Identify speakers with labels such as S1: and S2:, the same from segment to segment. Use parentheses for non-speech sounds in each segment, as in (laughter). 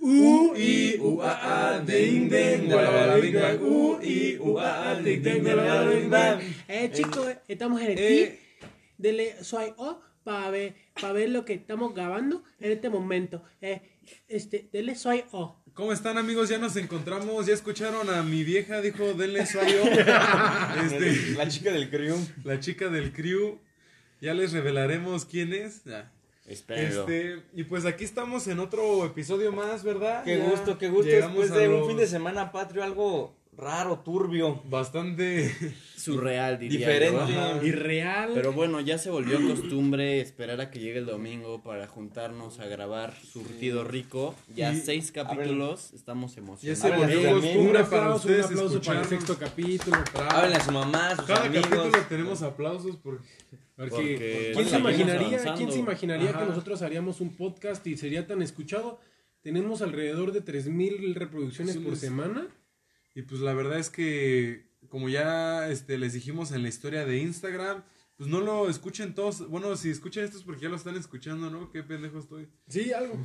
S1: u i u a a
S2: Eh,
S1: ding ding de la bala ding dang u i u a a ding ding de la bala ding dang
S2: Eh, chicos, estamos en el
S1: Eh.
S2: ti. Dele swipe up para ver, para ver lo que estamos grabando en este momento. Eh, este, dele swipe up.
S1: ¿Cómo están amigos? Ya nos encontramos, ya escucharon a mi vieja, dijo denle suayo. Este,
S3: La chica del crew.
S1: la chica del crew, ya les revelaremos quién es. Ah,
S3: Espérenlo.
S1: Este, y pues aquí estamos en otro episodio más, ¿verdad?
S3: Qué
S1: Ya
S3: gusto, qué gusto.
S1: llegamos
S3: Después
S1: a
S3: de un
S1: lo
S3: fin de semana patrio, algo raro, turbio.
S1: Bastante
S4: Surreal, diría
S3: Diferente.
S4: yo.
S3: Ajá.
S2: Irreal.
S4: Pero bueno, ya se volvió costumbre esperar a que llegue el domingo para juntarnos a grabar Surtido Rico. Ya
S1: Y-
S4: seis capítulos, estamos
S1: Ya
S4: emocionados.
S1: se
S3: Ábrele
S1: volvió
S3: también.
S2: un
S1: costumbre para
S2: aplauso, un
S1: ustedes
S2: aplauso para el
S1: escucharnos.
S2: sexto capítulo.
S1: Bravo.
S3: Hablen a su mamá, a sus
S1: Cada
S3: amigos.
S1: capítulo tenemos aplausos porque...
S4: Porque-
S2: ¿Quién se
S4: Seguimos
S2: imaginaría,
S4: avanzando.
S2: ¿quién se imaginaría
S1: Ajá.
S2: que nosotros haríamos un podcast y sería tan escuchado? Tenemos alrededor de 3.000 reproducciones
S1: Sí,
S2: por
S1: los-
S2: semana.
S1: Y pues la verdad es que, como ya este, les dijimos en la historia de Instagram, pues no lo escuchen todos. Bueno, si escuchan esto es porque ya lo están escuchando, ¿no? Qué pendejo estoy.
S2: Sí, algo.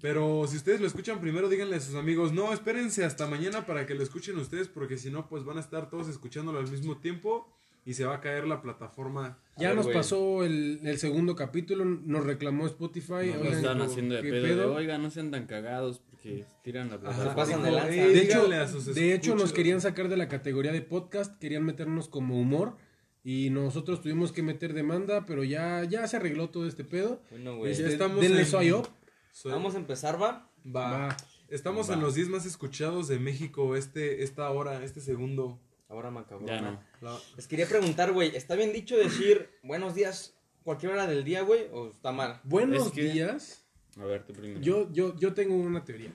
S1: Pero si ustedes lo escuchan primero, díganle a sus amigos, no, espérense hasta mañana para que lo escuchen ustedes, porque si no, pues van a estar todos escuchándolo al mismo tiempo y se va a caer la plataforma.
S2: Ya
S3: ver,
S2: nos
S3: güey.
S2: pasó el, el segundo capítulo, nos reclamó Spotify.
S4: Nos lo
S2: oigan,
S4: pues, están
S2: ¿qué
S4: haciendo de pedo, de, oigan, no sean tan cagados porque tiran la
S3: se pasan
S4: plataforma.
S3: de
S1: Dijo,
S3: lanza.
S1: "Ey,
S2: De hecho,
S1: díganle a sus
S2: de hecho, nos
S1: escuchas".
S2: querían sacar de la categoría de podcast, querían meternos como humor y nosotros tuvimos que meter demanda, pero ya, ya se arregló todo este pedo.
S3: Bueno, güey.
S1: Ya
S2: Este,
S1: estamos
S2: denle
S1: en-
S2: eso a Yop.
S1: Soy-
S3: Vamos a empezar, va.
S1: Va.
S2: Va.
S1: Estamos
S4: Va.
S1: en los 10 más escuchados de México este, esta hora, este segundo.
S3: Ahora macabrón.
S4: Ya no.
S1: La-
S3: Les quería preguntar, güey, ¿está bien dicho decir buenos días cualquier hora del día, güey? ¿O está mal?
S2: Buenos
S4: Es que-
S2: días.
S4: A ver, tú primero.
S2: Yo, yo, yo tengo una teoría.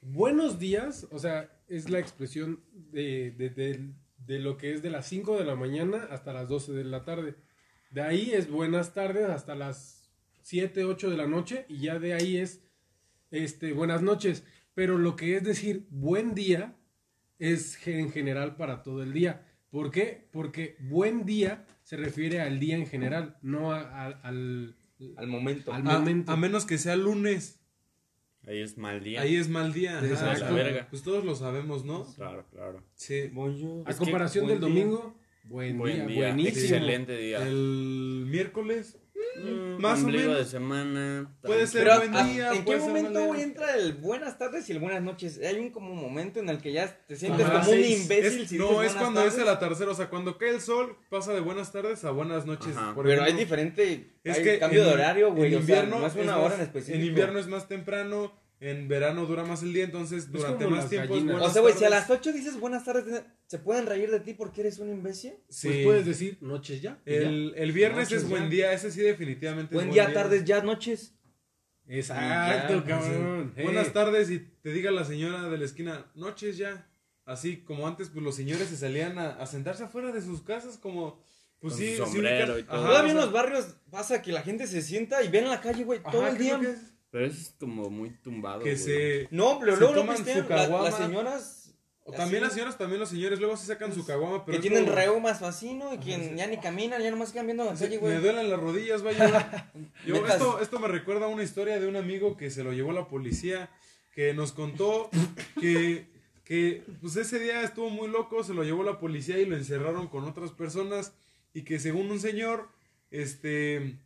S2: Buenos días, o sea, es la expresión de, de- de- de lo que es de las 5 de la mañana hasta las 12 de la tarde. De ahí es buenas tardes hasta las 7, 8 de la noche y ya de ahí es este, buenas noches. Pero lo que es decir buen día es ge- en general para todo el día. ¿Por qué? Porque buen día se refiere al día en general, no a- a- al...
S3: Al momento.
S2: Al-
S1: A,
S2: momento.
S1: a menos que sea lunes.
S4: Ahí es mal día.
S1: Ahí es mal día.
S2: Ajá,
S1: Exacto.
S2: la
S4: verga.
S1: Pues todos lo sabemos, ¿no?
S4: Claro, claro.
S1: Sí.
S3: Bonjour.
S2: A
S4: que
S2: comparación
S3: buen
S2: del
S3: día.
S2: domingo, buen,
S4: Buen
S2: día,
S4: día.
S2: buenísimo.
S4: Excelente día.
S1: El miércoles.
S4: Mm,
S1: más o
S4: ombligo
S1: menos.
S4: de semana.
S1: Puede ser
S3: Pero,
S1: buen
S3: ¿a-
S1: día, pues,
S3: ¿en qué
S1: puede ser
S3: momento
S1: buen
S3: güey,
S1: día.
S3: entra el buenas tardes y el buenas noches? Hay un como momento en el que ya te sientes
S1: Ajá,
S3: como un
S1: sí.
S3: imbécil
S1: Es-
S3: si dices
S1: no, es
S3: buenas
S1: cuando
S3: tardes.
S1: es el atardecer, o sea, cuando cae el sol, pasa de buenas tardes a buenas noches.
S4: Ajá.
S1: por
S3: Pero hay
S1: ejemplo.
S3: diferente
S1: Es
S3: hay
S1: que
S3: cambio
S1: en-
S3: de horario, güey.
S1: en
S3: o sea,
S1: invierno
S3: no es una hora en
S1: más-
S3: específico.
S1: En invierno es más temprano, en verano dura más el día, entonces durante
S2: como
S1: más
S2: las
S1: tiempo es
S2: gallinas.
S1: buenas
S3: O sea, güey, si a
S1: tardes.
S3: las 8 dices buenas tardes, ¿se pueden reír de ti porque eres un imbécil?
S1: Sí.
S2: Pues puedes decir noches ya. y ya.
S1: el, el viernes
S2: Noches
S1: es buen
S2: ya.
S1: día, ese sí definitivamente es
S3: Buen día, tardes, ya, noches.
S2: Exacto,
S3: Ya,
S2: cabrón. Eh,
S1: Buenas tardes y te diga la señora de la esquina, noches ya. Así como antes, pues los señores se salían a, a sentarse afuera de sus casas como... Pues
S4: Con
S1: sí,
S4: su
S1: sí,
S4: sombrero
S1: ubica-
S4: y todo.
S1: Ajá,
S3: Todavía
S1: o
S3: en
S1: sea,
S3: los barrios pasa que la gente se sienta y ve en la calle, güey, todo
S1: ajá,
S3: el
S1: ¿qué es
S3: día.
S1: lo Que, es?
S4: Pero eso es como muy tumbado.
S1: Que
S4: güey.
S1: se...
S3: No, pero
S1: Se
S3: luego lo
S1: toman su
S3: pistean, la-
S1: caguama.
S3: las señoras...
S1: o también
S3: así,
S1: las señoras, también los señores, luego sí sacan
S4: Pues,
S1: su caguama, pero...
S3: Que
S1: es
S3: tienen
S1: como-
S3: reumas o así, ¿no? Y que ya ni caminan, ya nomás quedan viendo la
S1: Sí,
S3: calle,
S1: me
S3: güey.
S1: duelen las rodillas,
S3: (laughs)
S1: vaya. Yo,
S3: Neta.
S1: esto, esto me recuerda a una historia de un amigo que se lo llevó la policía, que nos contó que, que pues ese día estuvo muy loco, se lo llevó la policía y lo encerraron con otras personas y que según un señor, este,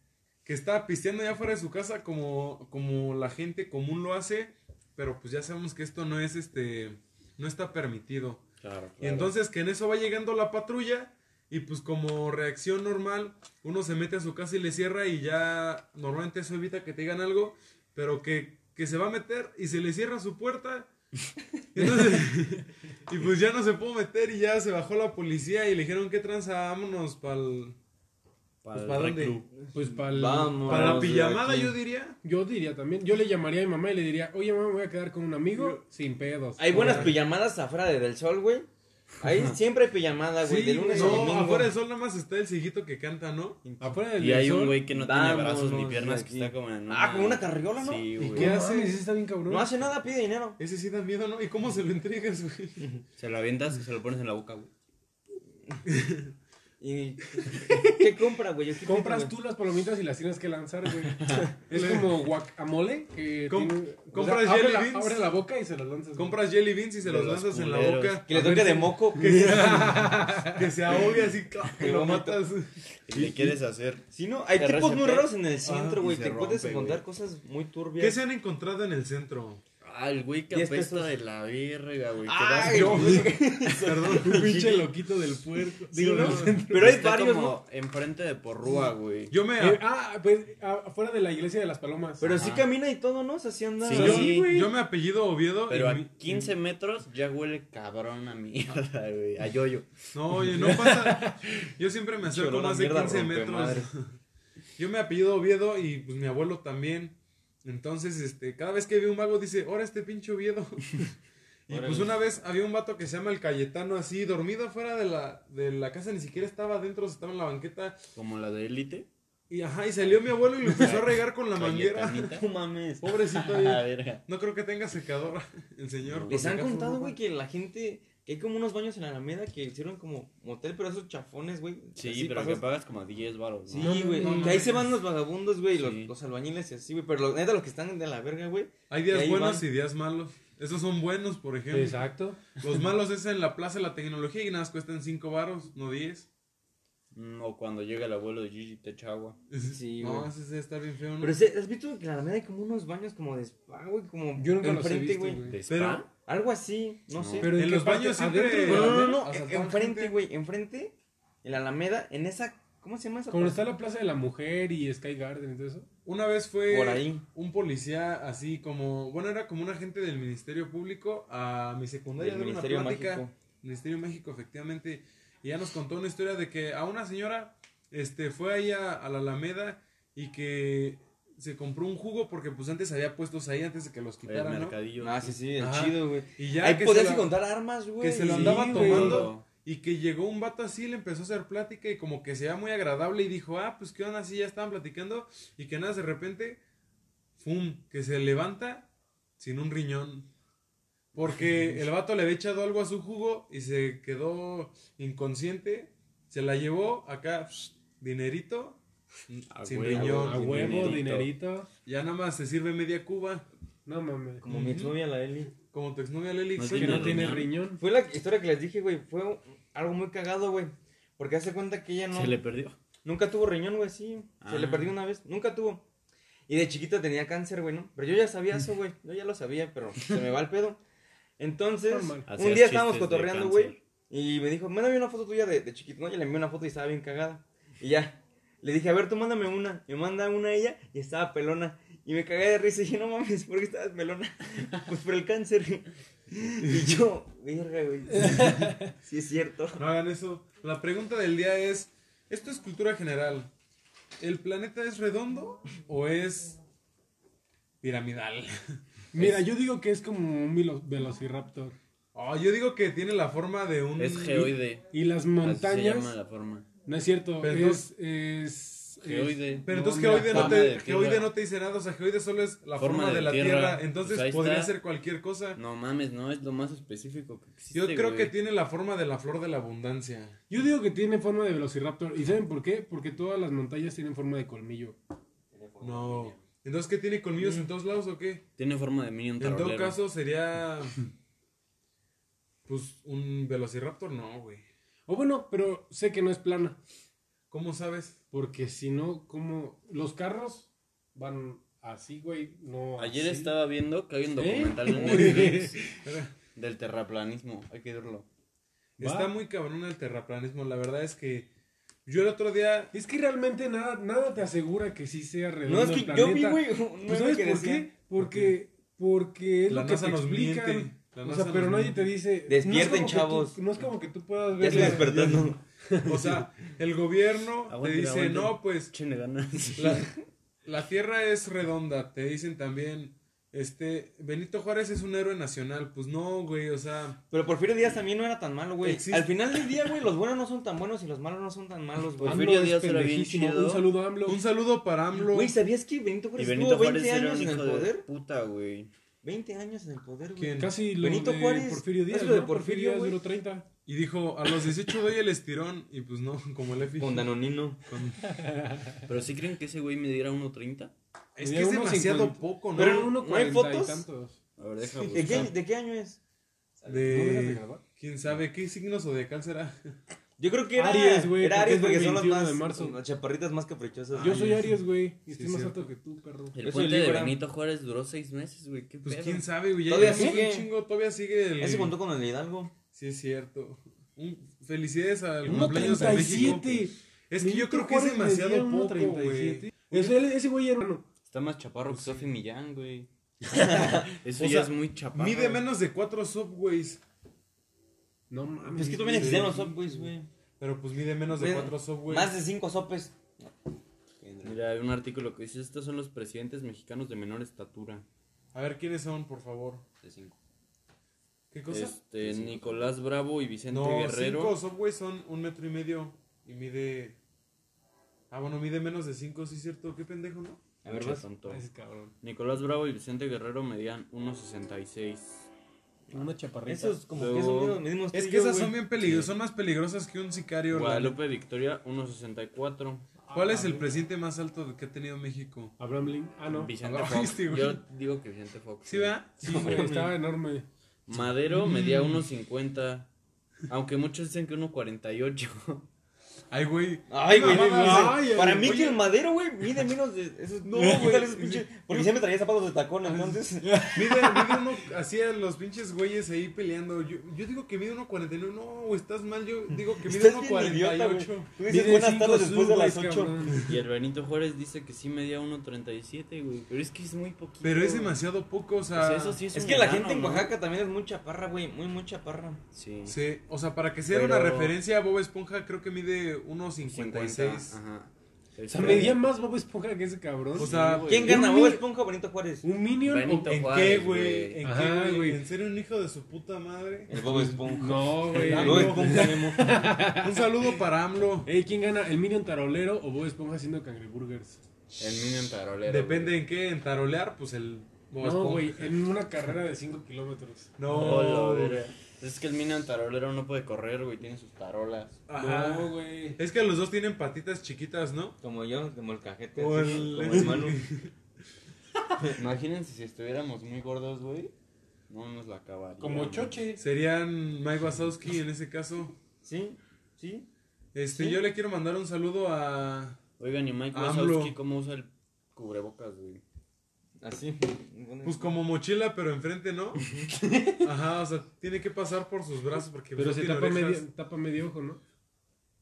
S1: que estaba pisteando ya fuera de su casa como, como la gente común lo hace, pero pues ya sabemos que esto no es este, no está permitido.
S4: Claro, claro.
S1: Y entonces que en eso va llegando la patrulla y pues como reacción normal uno se mete a su casa y le cierra y ya normalmente eso evita que te digan algo, pero que, que se va a meter y se le cierra su
S3: (laughs)
S1: puerta. Entonces, y pues ya no se pudo meter y ya se bajó la policía y le dijeron que tranza, vámonos para
S4: Para el
S1: ¿para dónde?
S4: reclu.
S2: Pues pa'l-
S3: Vamos.
S2: para
S1: la
S3: de
S1: pijamada
S3: aquí.
S1: yo diría.
S2: Yo diría también, yo le llamaría a mi mamá y le diría, oye mamá, me voy a quedar con un amigo sin pedos.
S3: Hay buenas
S2: Ahora,
S3: pijamadas afuera de del sol, güey. Ahí siempre hay pijamada, Ah, güey, de
S1: Sí,
S3: lunes a
S1: no,
S3: domingo.
S1: afuera del sol nada más está el ciguito que canta, ¿no?
S2: Afuera del
S4: Y hay
S2: sol,
S4: un güey que no tiene
S3: Vámonos
S4: brazos ni
S3: de
S4: piernas que
S3: aquí.
S4: está como en
S3: Ah, como una carriola, ¿no?
S4: Sí,
S2: ¿Y
S4: güey.
S2: qué
S1: No
S2: hace?
S1: mames.
S2: Ese está bien cabrón.
S3: No hace nada, pide dinero.
S1: Ese sí da miedo, ¿no? ¿Y cómo
S3: (laughs)
S1: se lo entregas, güey?
S4: Se lo avientas y se lo pones en la boca, güey.
S3: Y
S4: (laughs)
S3: ¿Y qué compra, güey? Yo qué
S2: Compras
S3: compro,
S2: tú las palomitas y las tienes que lanzar, güey. es
S1: Le-
S2: como guacamole. Que
S1: Com-
S2: tiene- o sea,
S1: compras
S2: abre
S1: jelly
S2: la-
S1: beans.
S2: Abre la boca y se las lanzas. güey.
S1: Compras jelly beans y se
S4: De
S1: los
S4: los
S1: lanzas en la
S4: culeros.
S1: boca.
S3: Que le toque de moco.
S1: Que se, que se ahogue así, clac,
S3: Y
S1: y lo
S3: vómito.
S1: matas.
S4: Y le quieres hacer.
S3: Si no, hay
S4: RCP.
S3: tipos muy raros en el centro,
S4: Ah, y
S3: güey.
S4: se
S3: Te puedes
S4: rompe,
S3: encontrar
S4: güey.
S3: cosas muy
S1: ¿Qué
S3: turbias.
S1: se han encontrado en el centro?
S4: Ah, el güey que
S3: Diez
S4: apesta
S3: pesos.
S4: de la verga, güey. que da
S3: Ay,
S4: asco.
S3: güey.
S1: Perdón.
S2: Un pinche loquito del puerco.
S1: Sí, ¿no?
S3: Pero hay
S4: Está
S3: varios,
S4: como
S3: ¿no?
S4: enfrente de Porrúa, güey.
S1: Yo me,
S2: Eh, ah, pues a- afuera de la iglesia de las palomas.
S3: Pero
S2: Pero
S3: sí
S4: Ajá.
S3: camina y todo, ¿no? Se así anda.
S4: Sí,
S1: yo,
S4: sí, güey.
S1: yo me apellido Oviedo.
S4: Pero
S1: y
S4: a
S1: mi-
S4: 15 metros ya huele cabrón a mierda, güey. A yoyo.
S1: No, oye, no pasa. Yo siempre me acerco
S3: Olor a
S1: más de
S3: mierda
S1: 15
S3: rompe
S1: metros.
S3: madre.
S1: Yo me apellido Oviedo y pues mi abuelo también. Entonces, este, cada vez que ve un vago dice, ¡Ahora este pinche Oviedo! (laughs) y pues
S4: Órale.
S1: una vez había un vato que se llama el Cayetano así, dormido afuera de la, de la casa, ni siquiera estaba adentro, estaba en la banqueta.
S4: Como la de élite.
S1: Y ajá, y salió mi abuelo y lo empezó a regar con la manguera.
S4: Cayetanita.
S3: No mames.
S1: Pobrecito
S4: A
S1: ahí.
S4: la verga.
S1: No creo que tenga secadora (laughs) el señor. por
S3: Les
S1: si
S3: han
S1: acaso,
S3: contado,
S1: ¿no?
S3: güey, que la gente. Que hay como unos baños en la Alameda que hicieron como motel, pero esos chafones, güey.
S4: Sí,
S3: así
S4: pero que
S3: pasados.
S4: pagas como 10 baros, ¿no?
S3: Sí,
S1: no,
S3: güey.
S1: no, no,
S3: que ahí
S1: no.
S3: se van los vagabundos, güey, los,
S4: Sí.
S3: los albañiles y así, güey. Pero los, neta, los que están de la verga, güey.
S1: Hay
S3: Y
S1: días
S3: ahí
S1: buenos
S3: van.
S1: y días malos. Esos son buenos, por ejemplo.
S2: Exacto.
S1: Los malos es en la plaza de la tecnología y nada más cuestan 5 varos, no 10.
S4: Mm, O cuando llega el abuelo de Gigi te echa agua.
S3: Sí,
S1: (laughs) No,
S3: güey.
S1: ese sí está bien feo, ¿no?
S3: Pero ese- ¿has visto que en la Alameda hay como unos baños como de spa, güey? Como
S2: Yo nunca los he
S3: enfrente,
S2: visto, güey.
S4: ¿De
S1: Pero-
S4: spa?
S3: Algo así, no,
S4: No.
S3: sé.
S2: Pero
S1: En
S2: qué
S1: los
S2: parte?
S1: baños siempre-
S2: ¿Adentro de la
S3: No, no, no,
S2: Alameda?
S3: no,
S2: ¿Asaltaban
S3: enfrente,
S2: gente?
S3: güey, enfrente, en la Alameda, en esa, ¿cómo se llama esa?
S2: Como
S3: plaza?
S2: está la Plaza de la Mujer y Sky Garden y todo eso.
S1: Una vez fue
S3: Por ahí.
S1: un policía así como, bueno, era como un agente del Ministerio Público a mi secundaria
S3: Del
S1: de una
S3: Ministerio
S1: plática.
S3: Mágico.
S1: Ministerio México, efectivamente. Y ya nos contó una historia de que a una señora este, fue ahí a, a la Alameda y que se compró un jugo porque pues antes había puestos ahí antes de que los
S4: El
S1: quitaran, ¿no?
S4: mercadillo.
S3: Ah, sí, sí, el
S1: Ajá.
S3: chido, güey.
S1: Y ya
S3: Ahí
S1: que
S3: podías
S1: se la-
S3: encontrar armas, güey.
S1: que se lo
S3: Sí,
S1: andaba
S3: güey.
S1: tomando. Y que llegó un vato así, le empezó a hacer plática y como que se veía muy agradable y dijo, ah, pues qué onda, así ya estaban platicando y que nada, de repente, ¡fum!, que se levanta sin un riñón. Porque el vato le había echado algo a su jugo y se quedó inconsciente, se la llevó acá, dinerito,
S4: A
S1: sin
S4: huevo,
S1: riñón.
S2: A huevo, dinerito.
S1: Ya nada más se sirve media cuba,
S2: No mames.
S3: Como mi
S1: Ujú.
S3: exnovia, la Eli.
S1: como tu exnovia Leli. pues,
S4: No es
S1: Sí,
S2: Que no
S4: Riñón.
S2: tiene riñón.
S3: Fue la historia que les dije, güey, fue un- algo muy cagado, güey. Porque hace cuenta que ella no,
S4: Se le perdió.
S3: nunca tuvo riñón, güey, sí. Se le
S4: Ah.
S3: perdió una vez, nunca tuvo. Y de chiquita tenía cáncer, güey, ¿no? Pero yo ya sabía eso, güey. Yo ya lo sabía, pero se me va el pedo. Entonces,
S2: Normal.
S4: Hacías
S3: un día estábamos
S4: chistes de
S3: cotorreando,
S4: cáncer.
S3: güey. Y me dijo, mándame una foto tuya de, de chiquito, ¿no? Yo le envié una foto y estaba bien cagada. Y ya, le dije, a ver, tú mándame una. Me manda una a ella y estaba pelona. Y me cagué de risa y dije, no mames, ¿por qué estabas pelona? (laughs) Pues por el cáncer. Y yo, verga, güey. (laughs) Sí es cierto.
S1: No hagan eso. La pregunta del día es, esto es cultura general. ¿El planeta es redondo o es piramidal?
S2: Mira, yo digo que es como un velo- velociraptor.
S1: Oh, yo digo que tiene la forma de un...
S4: Es geoide.
S2: Y las
S4: Así se llama
S2: montañas.
S4: la forma.
S2: No es cierto.
S1: Pero no-
S2: Es. es-
S4: Geoide.
S1: Pero entonces
S2: No, mira,
S1: geoide, no
S4: forma
S1: te,
S4: de
S1: geoide
S4: tierra.
S1: no te dice nada, o sea, geoide solo es la forma,
S4: Forma
S1: de,
S4: de
S1: la tierra,
S4: tierra.
S1: entonces
S4: Pues ahí
S1: podría
S4: está.
S1: ser cualquier cosa.
S4: No mames, no es lo más específico que existe.
S1: yo creo
S4: güey.
S1: que tiene la forma de la flor de la abundancia.
S2: Yo digo que tiene forma de velociraptor. ¿Y saben por qué? Porque todas las montañas tienen forma de colmillo.
S1: No. Entonces, ¿qué tiene colmillos en todos lados o qué?
S4: Tiene forma de minion
S1: En todo
S4: tablero.
S1: caso sería... Pues un velociraptor, no, güey.
S2: O bueno, pero sé que no es plana.
S1: ¿Cómo sabes?
S2: Porque si no, como. Los carros van así, güey. No.
S4: Ayer
S2: así.
S4: estaba viendo que hay
S1: (laughs)
S4: un documental en
S2: Uy.
S4: Netflix del terraplanismo. Hay que verlo.
S2: Va.
S1: Está muy cabrón el terraplanismo. La verdad es que yo el otro día.
S2: Es que realmente nada, nada te asegura que sí sea redondo
S3: No, es
S2: el
S3: que yo
S2: planeta.
S3: vi, güey, un
S2: Pues,
S3: meme
S2: ¿Sabes
S3: que
S2: por
S3: decía.
S2: qué? Porque, porque es
S1: La
S2: lo que
S1: NASA
S2: te
S1: nos
S2: explican.
S1: miente. La
S2: o
S1: NASA
S2: sea, pero
S1: nos
S2: nadie
S1: miente.
S2: te dice.
S3: Despierten,
S2: no es como que
S3: chavos.
S2: tú- no es como que tú puedas
S3: Ya
S2: ver.
S3: estoy
S2: la-
S3: despertando.
S1: O sea, el gobierno te
S4: Aguante,
S1: dice,
S4: aguante.
S1: no, pues
S4: Échenle ganas.
S1: la, la tierra es redonda. Te dicen también, este, Benito Juárez es un héroe nacional. Pues no, güey, o sea.
S3: Pero Porfirio Díaz también no era tan malo, güey.
S1: Existe.
S3: Al final del día, güey, los buenos no son tan buenos y los malos no son tan malos, güey.
S4: Porfirio
S2: AMLO es
S4: Díaz era bien
S2: pendejísimo.
S4: chido.
S2: Un saludo a AMLO.
S1: Un saludo para AMLO.
S3: Güey, ¿sabías que Benito
S4: Y
S3: Juárez
S4: Benito
S3: estuvo 20
S4: Juárez era
S3: años
S4: un
S3: en el
S4: hijo de
S3: poder?
S4: puta, güey.
S3: 20 años en el poder, güey.
S1: ¿Quién?
S2: Casi lo
S3: Benito
S2: de
S3: Juárez,
S2: Porfirio
S3: casi
S2: Díaz.
S3: lo de
S2: ¿no?
S3: Porfirio,
S2: Díaz
S3: güey.
S2: duró 30.
S1: Y dijo, a los 18 doy el estirón. Y pues no, como el EFI.
S3: Con Danonino.
S1: Con-
S4: Pero si creen que ese güey me diera 1.30.
S1: Es
S2: Tenía
S1: que es
S2: unos
S1: demasiado
S2: 50.
S1: poco, ¿no?
S3: Pero
S2: Duró uno
S3: ¿no
S2: 40
S3: hay
S2: y
S3: fotos?
S2: tantos. Eh,
S4: A ver, deja
S1: Sí,
S4: buscar.
S3: ¿De qué, ¿De qué año es?
S2: ¿No dejas de
S1: de...
S2: grabar?
S1: ¿Quién sabe qué signos zodiacal será?
S3: Yo creo que era
S2: Aries, güey,
S3: Era
S2: porque
S3: Aries
S2: es del
S3: porque son las
S2: 21
S3: más.
S2: de marzo.
S3: Las chaparritas más caprichosas.
S2: Yo
S3: güey.
S2: soy Aries, güey. Y
S1: Sí,
S2: estoy más
S1: cierto.
S2: alto que tú, perro.
S4: El
S3: Yo soy
S4: puente de
S3: Libra.
S4: Benito Juárez duró seis meses, güey. ¿Qué
S1: Pues
S4: pedo?
S1: quién sabe, güey. Ya
S3: Todavía
S1: llevamos
S3: sigue.
S1: un chingo, todavía sigue el...
S3: Él se contó con el Hidalgo.
S1: Sí, es cierto. Un- Felicidades al cumpleaños de México.
S2: 1.37.
S1: Es que yo
S2: Benito
S1: creo que es
S2: Juárez medía
S1: demasiado poco,
S2: 1.37.
S1: güey.
S2: O sea, él- ese güey era bueno.
S4: Está más chaparro que Sofi Millán, güey. (laughs) Eso
S1: Pues O
S4: ya
S1: sea,
S4: es muy chaparro.
S1: Mide menos de cuatro subways.
S2: No mames.
S3: Es que tú
S2: güey.
S3: vienes existían los subways, güey.
S1: Pero pues mide menos de
S3: Mira,
S1: cuatro subways.
S3: Más de cinco sopes.
S4: Mira, hay un artículo que dice, estos son los presidentes mexicanos de menor estatura.
S1: A ver quiénes son, por favor.
S3: De cinco.
S1: ¿Qué cosa?
S4: Este, Nicolás Bravo y Vicente
S1: no,
S4: Guerrero.
S1: cinco subways son un metro y medio. Y mide. Ah, bueno, mide menos de cinco, sí, es cierto. Qué pendejo, ¿no?
S3: A ver,
S4: Pinche
S3: vas.
S4: tonto.
S2: Ese cabrón.
S4: Nicolás Bravo y Vicente Guerrero medían 1.66.
S2: Una chaparrita.
S3: Esos como que
S4: Luego-
S3: esos miedos medimos tú
S1: Es
S3: y
S1: que
S3: yo,
S1: esas
S3: güey.
S1: son bien peligrosas, son más peligrosas que un sicario. la-
S4: Guadalupe Victoria, 1.64.
S2: Ah,
S1: ¿Cuál es el presidente más alto que ha tenido México?
S2: Abraham Lincoln. Ah, no.
S4: Vicente
S1: Ah,
S4: Fox.
S1: este güey.
S4: Yo digo que Vicente Fox.
S1: ¿Sí,
S4: güey.
S1: verdad?
S2: Sí, güey, estaba enorme.
S1: Mm.
S4: Madero medía 1.50. Aunque muchos dicen que 1.48.
S1: Ay, güey.
S3: Ay, güey.
S1: Mamá,
S3: güey,
S2: ay,
S3: güey.
S2: ay,
S3: para
S2: ay,
S3: mí
S2: oye.
S3: que el madero, güey, mide menos de esos. No, güey. tal vez pinche- Porque siempre traía zapatos de tacón, entonces.
S1: Mide, mide uno así a los pinches güeyes ahí peleando. Yo, yo digo que mide 1.49. No, estás mal. Yo digo que mide
S3: Estás bien idiota, güey.
S1: 1.48.
S3: Tú dices
S2: Mide
S3: buenas
S2: cinco
S3: tardes después de las
S2: subways,
S3: 8.
S4: (laughs)
S2: cabrón.
S4: (laughs) Y el Benito Juárez dice que sí medía 1.37, güey. Pero es que es muy poquito.
S1: Pero es
S4: güey.
S1: demasiado poco, o
S4: O
S1: sea.
S4: sea, Pues eso sí es,
S3: Es
S4: un
S3: que la
S4: enano,
S3: gente en
S4: ¿no?
S3: Oaxaca también es muy chaparra, güey. Muy, muy chaparra.
S4: Sí.
S1: Sí, o sea, para que sea
S4: Pero-
S1: una referencia, Bob Esponja creo que mide
S4: 56.
S1: 1.56.
S4: Ajá.
S2: O sea, medía más Bob Esponja que ese cabrón.
S1: O sea,
S3: ¿Quién
S2: Un
S3: gana? ¿Bob
S2: mil-
S3: Esponja o Benito Juárez?
S2: Un Minion.
S4: Benito.
S1: ¿en qué,
S4: Juárez,
S1: güey?
S4: güey.
S1: ¿En
S2: Ajá,
S1: qué, güey?
S2: güey.
S1: ¿En serio un hijo de su puta madre?
S3: El Bob
S2: o-
S3: Esponja.
S2: No, güey.
S1: Ah,
S3: El
S1: no.
S3: Bob
S1: (laughs)
S3: Esponja, Memo.
S1: Un saludo para AMLO.
S2: Ey, ¿quién gana? ¿El Minion tarolero o Bob Esponja haciendo cangreburgers?
S4: El Minion Tarolero.
S1: Depende
S4: güey.
S1: en qué, en tarolear, pues el Bob
S2: No,
S1: Esponja.
S2: güey, en una carrera de 5 kilómetros.
S1: No,
S4: Oh, la verga. Es que el Minion Tarolero no puede correr, güey. Tiene sus tarolas.
S1: Ajá.
S2: No, güey.
S1: Es que los dos tienen patitas chiquitas, ¿no?
S3: Como yo, como el cajete.
S1: O
S3: así,
S1: el-
S3: Como el Manu.
S4: Imagínense si estuviéramos muy gordos, güey. No nos la acabaríamos.
S2: Como
S1: (laughs)
S2: choche.
S1: Serían Mike Wazowski en ese caso.
S3: ¿Sí? ¿Sí?
S1: Este,
S3: Sí.
S1: yo le quiero mandar un saludo a.
S4: Oigan, y Mike
S1: AMLO.
S4: Wazowski, ¿cómo usa el cubrebocas, güey?
S3: Así.
S1: Pues como mochila, pero enfrente,
S2: (laughs)
S1: ¿no? Ajá, o sea, tiene que pasar por sus brazos porque
S2: Pero
S1: pues,
S2: se
S1: no
S2: tapa
S1: tiene orejas.
S2: medio, tapa medio ojo, ¿no?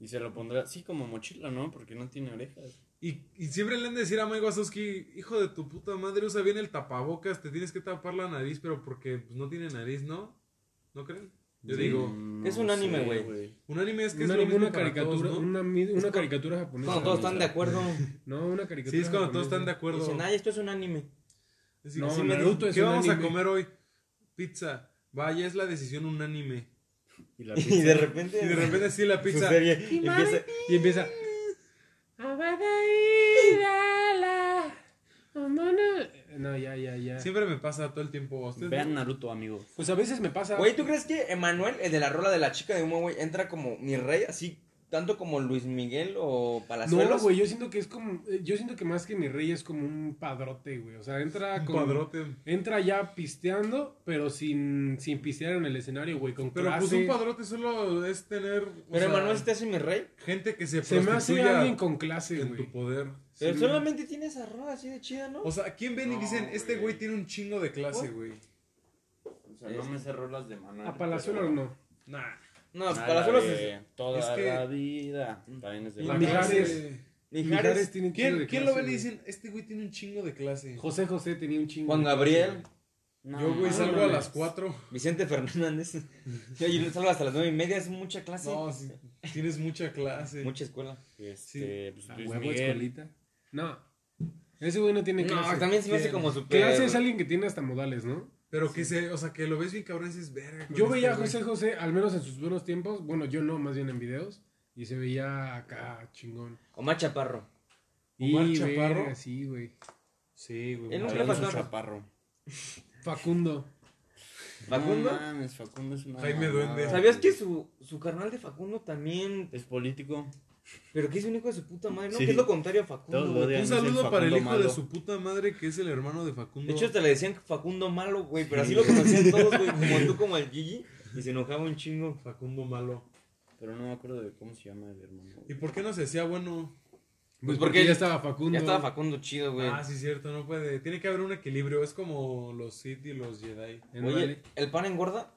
S4: Y se lo pondrá, sí, como mochila, ¿no? Porque no tiene orejas.
S1: Y, y siempre le han de decir a Mike Wazowski, hijo de tu puta madre, usa bien el tapabocas, te tienes que tapar la nariz, pero porque pues, no tiene nariz, ¿no? ¿No creen? Yo
S4: Sí,
S1: digo,
S4: Mm, no
S3: es un anime,
S4: sé,
S3: güey.
S1: un anime es que
S2: una,
S1: es lo mismo
S2: una
S1: para
S2: caricatura,
S1: todos, ¿no?
S2: una, mi- una caricatura japonesa.
S3: Cuando todos están de acuerdo.
S2: No, una caricatura.
S1: Sí, es cuando todos
S2: japonesa.
S1: están de acuerdo.
S3: Dicen, ay, esto es un anime.
S1: Así
S2: No,
S1: que sí me
S2: Naruto
S1: dicen,
S2: es
S1: ¿Qué
S2: un
S1: vamos a
S2: anime".
S1: comer hoy? Pizza. Vaya, es la decisión unánime.
S4: Y la
S3: (laughs) Y
S4: pizza.
S3: de repente.
S1: Y de repente sí la
S3: (laughs) su
S1: pizza.
S3: serie empieza.
S2: Y empieza. No, ya, ya, ya.
S1: Siempre me pasa todo el tiempo. ¿A ustedes
S4: Vean
S1: no?
S4: Naruto, amigos.
S2: Pues a veces me pasa.
S3: Güey, ¿tú crees que Emanuel, el de la rola de la chica de humo, güey, entra como mi rey, así, tanto como Luis Miguel o Palazuelos?
S2: No, güey, yo siento que es como. eh, Yo siento que más que mi rey es como un padrote, güey. O sea, entra
S1: Un
S2: con.
S1: padrote.
S2: Entra ya pisteando, pero sin, sin pistear en el escenario, güey. Con
S1: Pero pues
S2: clase. este
S1: un padrote solo es tener o
S3: Pero
S1: sea,
S3: Emanuel se te hace mi rey.
S1: gente que se,
S2: Se me hace
S1: prostituya
S2: alguien con clase,
S1: en
S2: güey.
S1: tu poder.
S3: Pero
S2: Sí.
S3: solamente tiene esa rola así de chida, ¿no?
S1: O sea, ¿quién ven y
S4: No,
S1: dicen, este
S4: güey.
S1: güey tiene un chingo de clase, güey?
S4: O sea, no me sé rolas de Manuel.
S2: A Palazuelos no.
S1: Nah.
S3: no,
S4: A
S3: pues
S4: la
S3: Palazuelos
S4: de
S3: es.
S4: Toda
S1: es que-
S4: la vida. También es de
S3: Y
S4: Manuel.
S2: Mijares. Mijares tiene un chingo
S1: ¿Quién,
S2: de
S1: quién lo
S2: clase,
S1: ven y
S2: güey.
S1: dicen, este güey tiene un chingo de clase?
S2: José José tenía un chingo.
S3: Juan
S2: de clase,
S3: Gabriel.
S2: güey.
S4: No,
S1: Yo,
S2: Ah,
S1: güey,
S4: no,
S1: salgo
S4: no,
S1: a
S4: no.
S1: las 4.
S3: Vicente Fernández. (laughs) Yo, yo salgo hasta las nueve y media, es mucha
S2: Ah,
S3: clase.
S1: No, sí, tienes mucha clase.
S3: Mucha escuela.
S4: Este, pues,
S2: A
S4: Luis
S2: huevo,
S4: Miguel.
S2: escuelita. No. Ese güey no tiene clase.
S3: No, también se me hace
S1: Bien.
S3: como super.
S2: Clase es alguien que tiene hasta modales, ¿no?
S1: Pero que se, o sea, que lo ves bien cabrón y dices, verga. con
S2: Yo
S1: este
S2: veía a
S1: güey".
S2: José José, al menos en sus buenos tiempos, bueno, yo no, más bien en videos, y se veía acá chingón.
S3: Omar Chaparro.
S1: Omar
S2: Y,
S1: Chaparro.
S2: verga, Sí, güey.
S1: Sí, güey.
S3: Él
S1: Chaparro.
S3: nunca le
S4: Hablando de
S3: faltaba.
S4: chaparro.
S2: Facundo.
S3: Facundo.
S4: No mames, Facundo es una.
S1: Jaime
S4: mamada.
S1: Duende.
S3: ¿Sabías que su, su carnal de Facundo también?
S4: Es político.
S3: Pero que es un hijo de su puta madre, ¿no?
S4: Sí.
S3: Que es lo contrario a Facundo.
S4: Todos lo
S3: güey.
S4: odian.
S1: Un
S4: es el
S1: saludo para el
S4: Facundo
S1: hijo de
S4: malo.
S1: su puta madre que es el hermano de Facundo.
S3: De hecho, este- hasta le decían Facundo malo, güey. Pero así lo conocían todos, (laughs) güey. Como tú, como el Gigi. Y se enojaba un chingo.
S1: Facundo malo.
S4: Pero no me acuerdo de cómo se llama el hermano.
S1: ¿Y por qué no se hacía bueno?
S2: Pues
S3: Pues
S2: porque
S3: porque-
S2: ya estaba Facundo.
S3: Ya estaba Facundo chido, güey.
S1: Ah, sí, cierto, no puede. Tiene que haber un equilibrio. Es como los Sith y los Jedi.
S2: En
S3: Oye,
S2: Vale.
S3: ¿el pan engorda?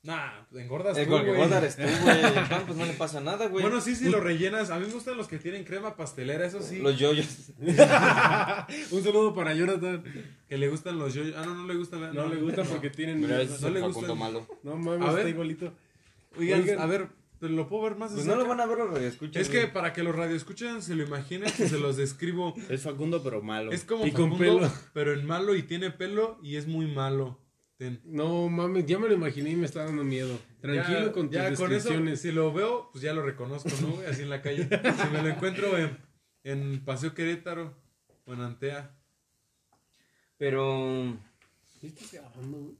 S1: Nah, engordas
S3: El
S1: tú,
S3: que
S1: güey.
S3: engorda eres
S1: (laughs)
S3: tú, güey. El pan, pues no le pasa nada, güey.
S1: Bueno, sí, sí, lo rellenas. A mí me gustan los que tienen crema pastelera, eso sí.
S3: Los yoyos.
S2: Un saludo para Jonathan.
S1: Que le gustan los yo. Ah, no, no le gustan. la-
S2: No le gusta porque tienen.
S4: Mira, ese
S2: miedo.
S4: es
S1: no
S4: el
S1: le
S4: Facundo
S1: gustan.
S4: malo.
S2: No mames,
S1: A ver.
S2: está igualito.
S1: Oigan,
S2: Oigan.
S1: a ver, pero lo puedo ver más. de
S3: Pues no lo
S1: cerca?
S3: van a ver los radioescuchas.
S1: Es que
S3: güey.
S1: para que los radioescuchan se lo imaginen, que se los describo.
S4: Es Facundo, pero malo.
S1: Es como
S2: Y con
S1: Facundo,
S2: pelo.
S1: pero en malo y tiene pelo y es muy malo. Ten.
S2: No mames, ya me lo imaginé y me está dando miedo. Tranquilo
S1: Ya-
S2: con tus
S1: ya
S2: descripciones.
S1: eso, si lo veo, pues ya lo reconozco, ¿no? güey? Así en la calle. Si me lo encuentro en, en Paseo Querétaro o en Antea.
S3: Pero.
S2: ¿Sí estás grabando, güey?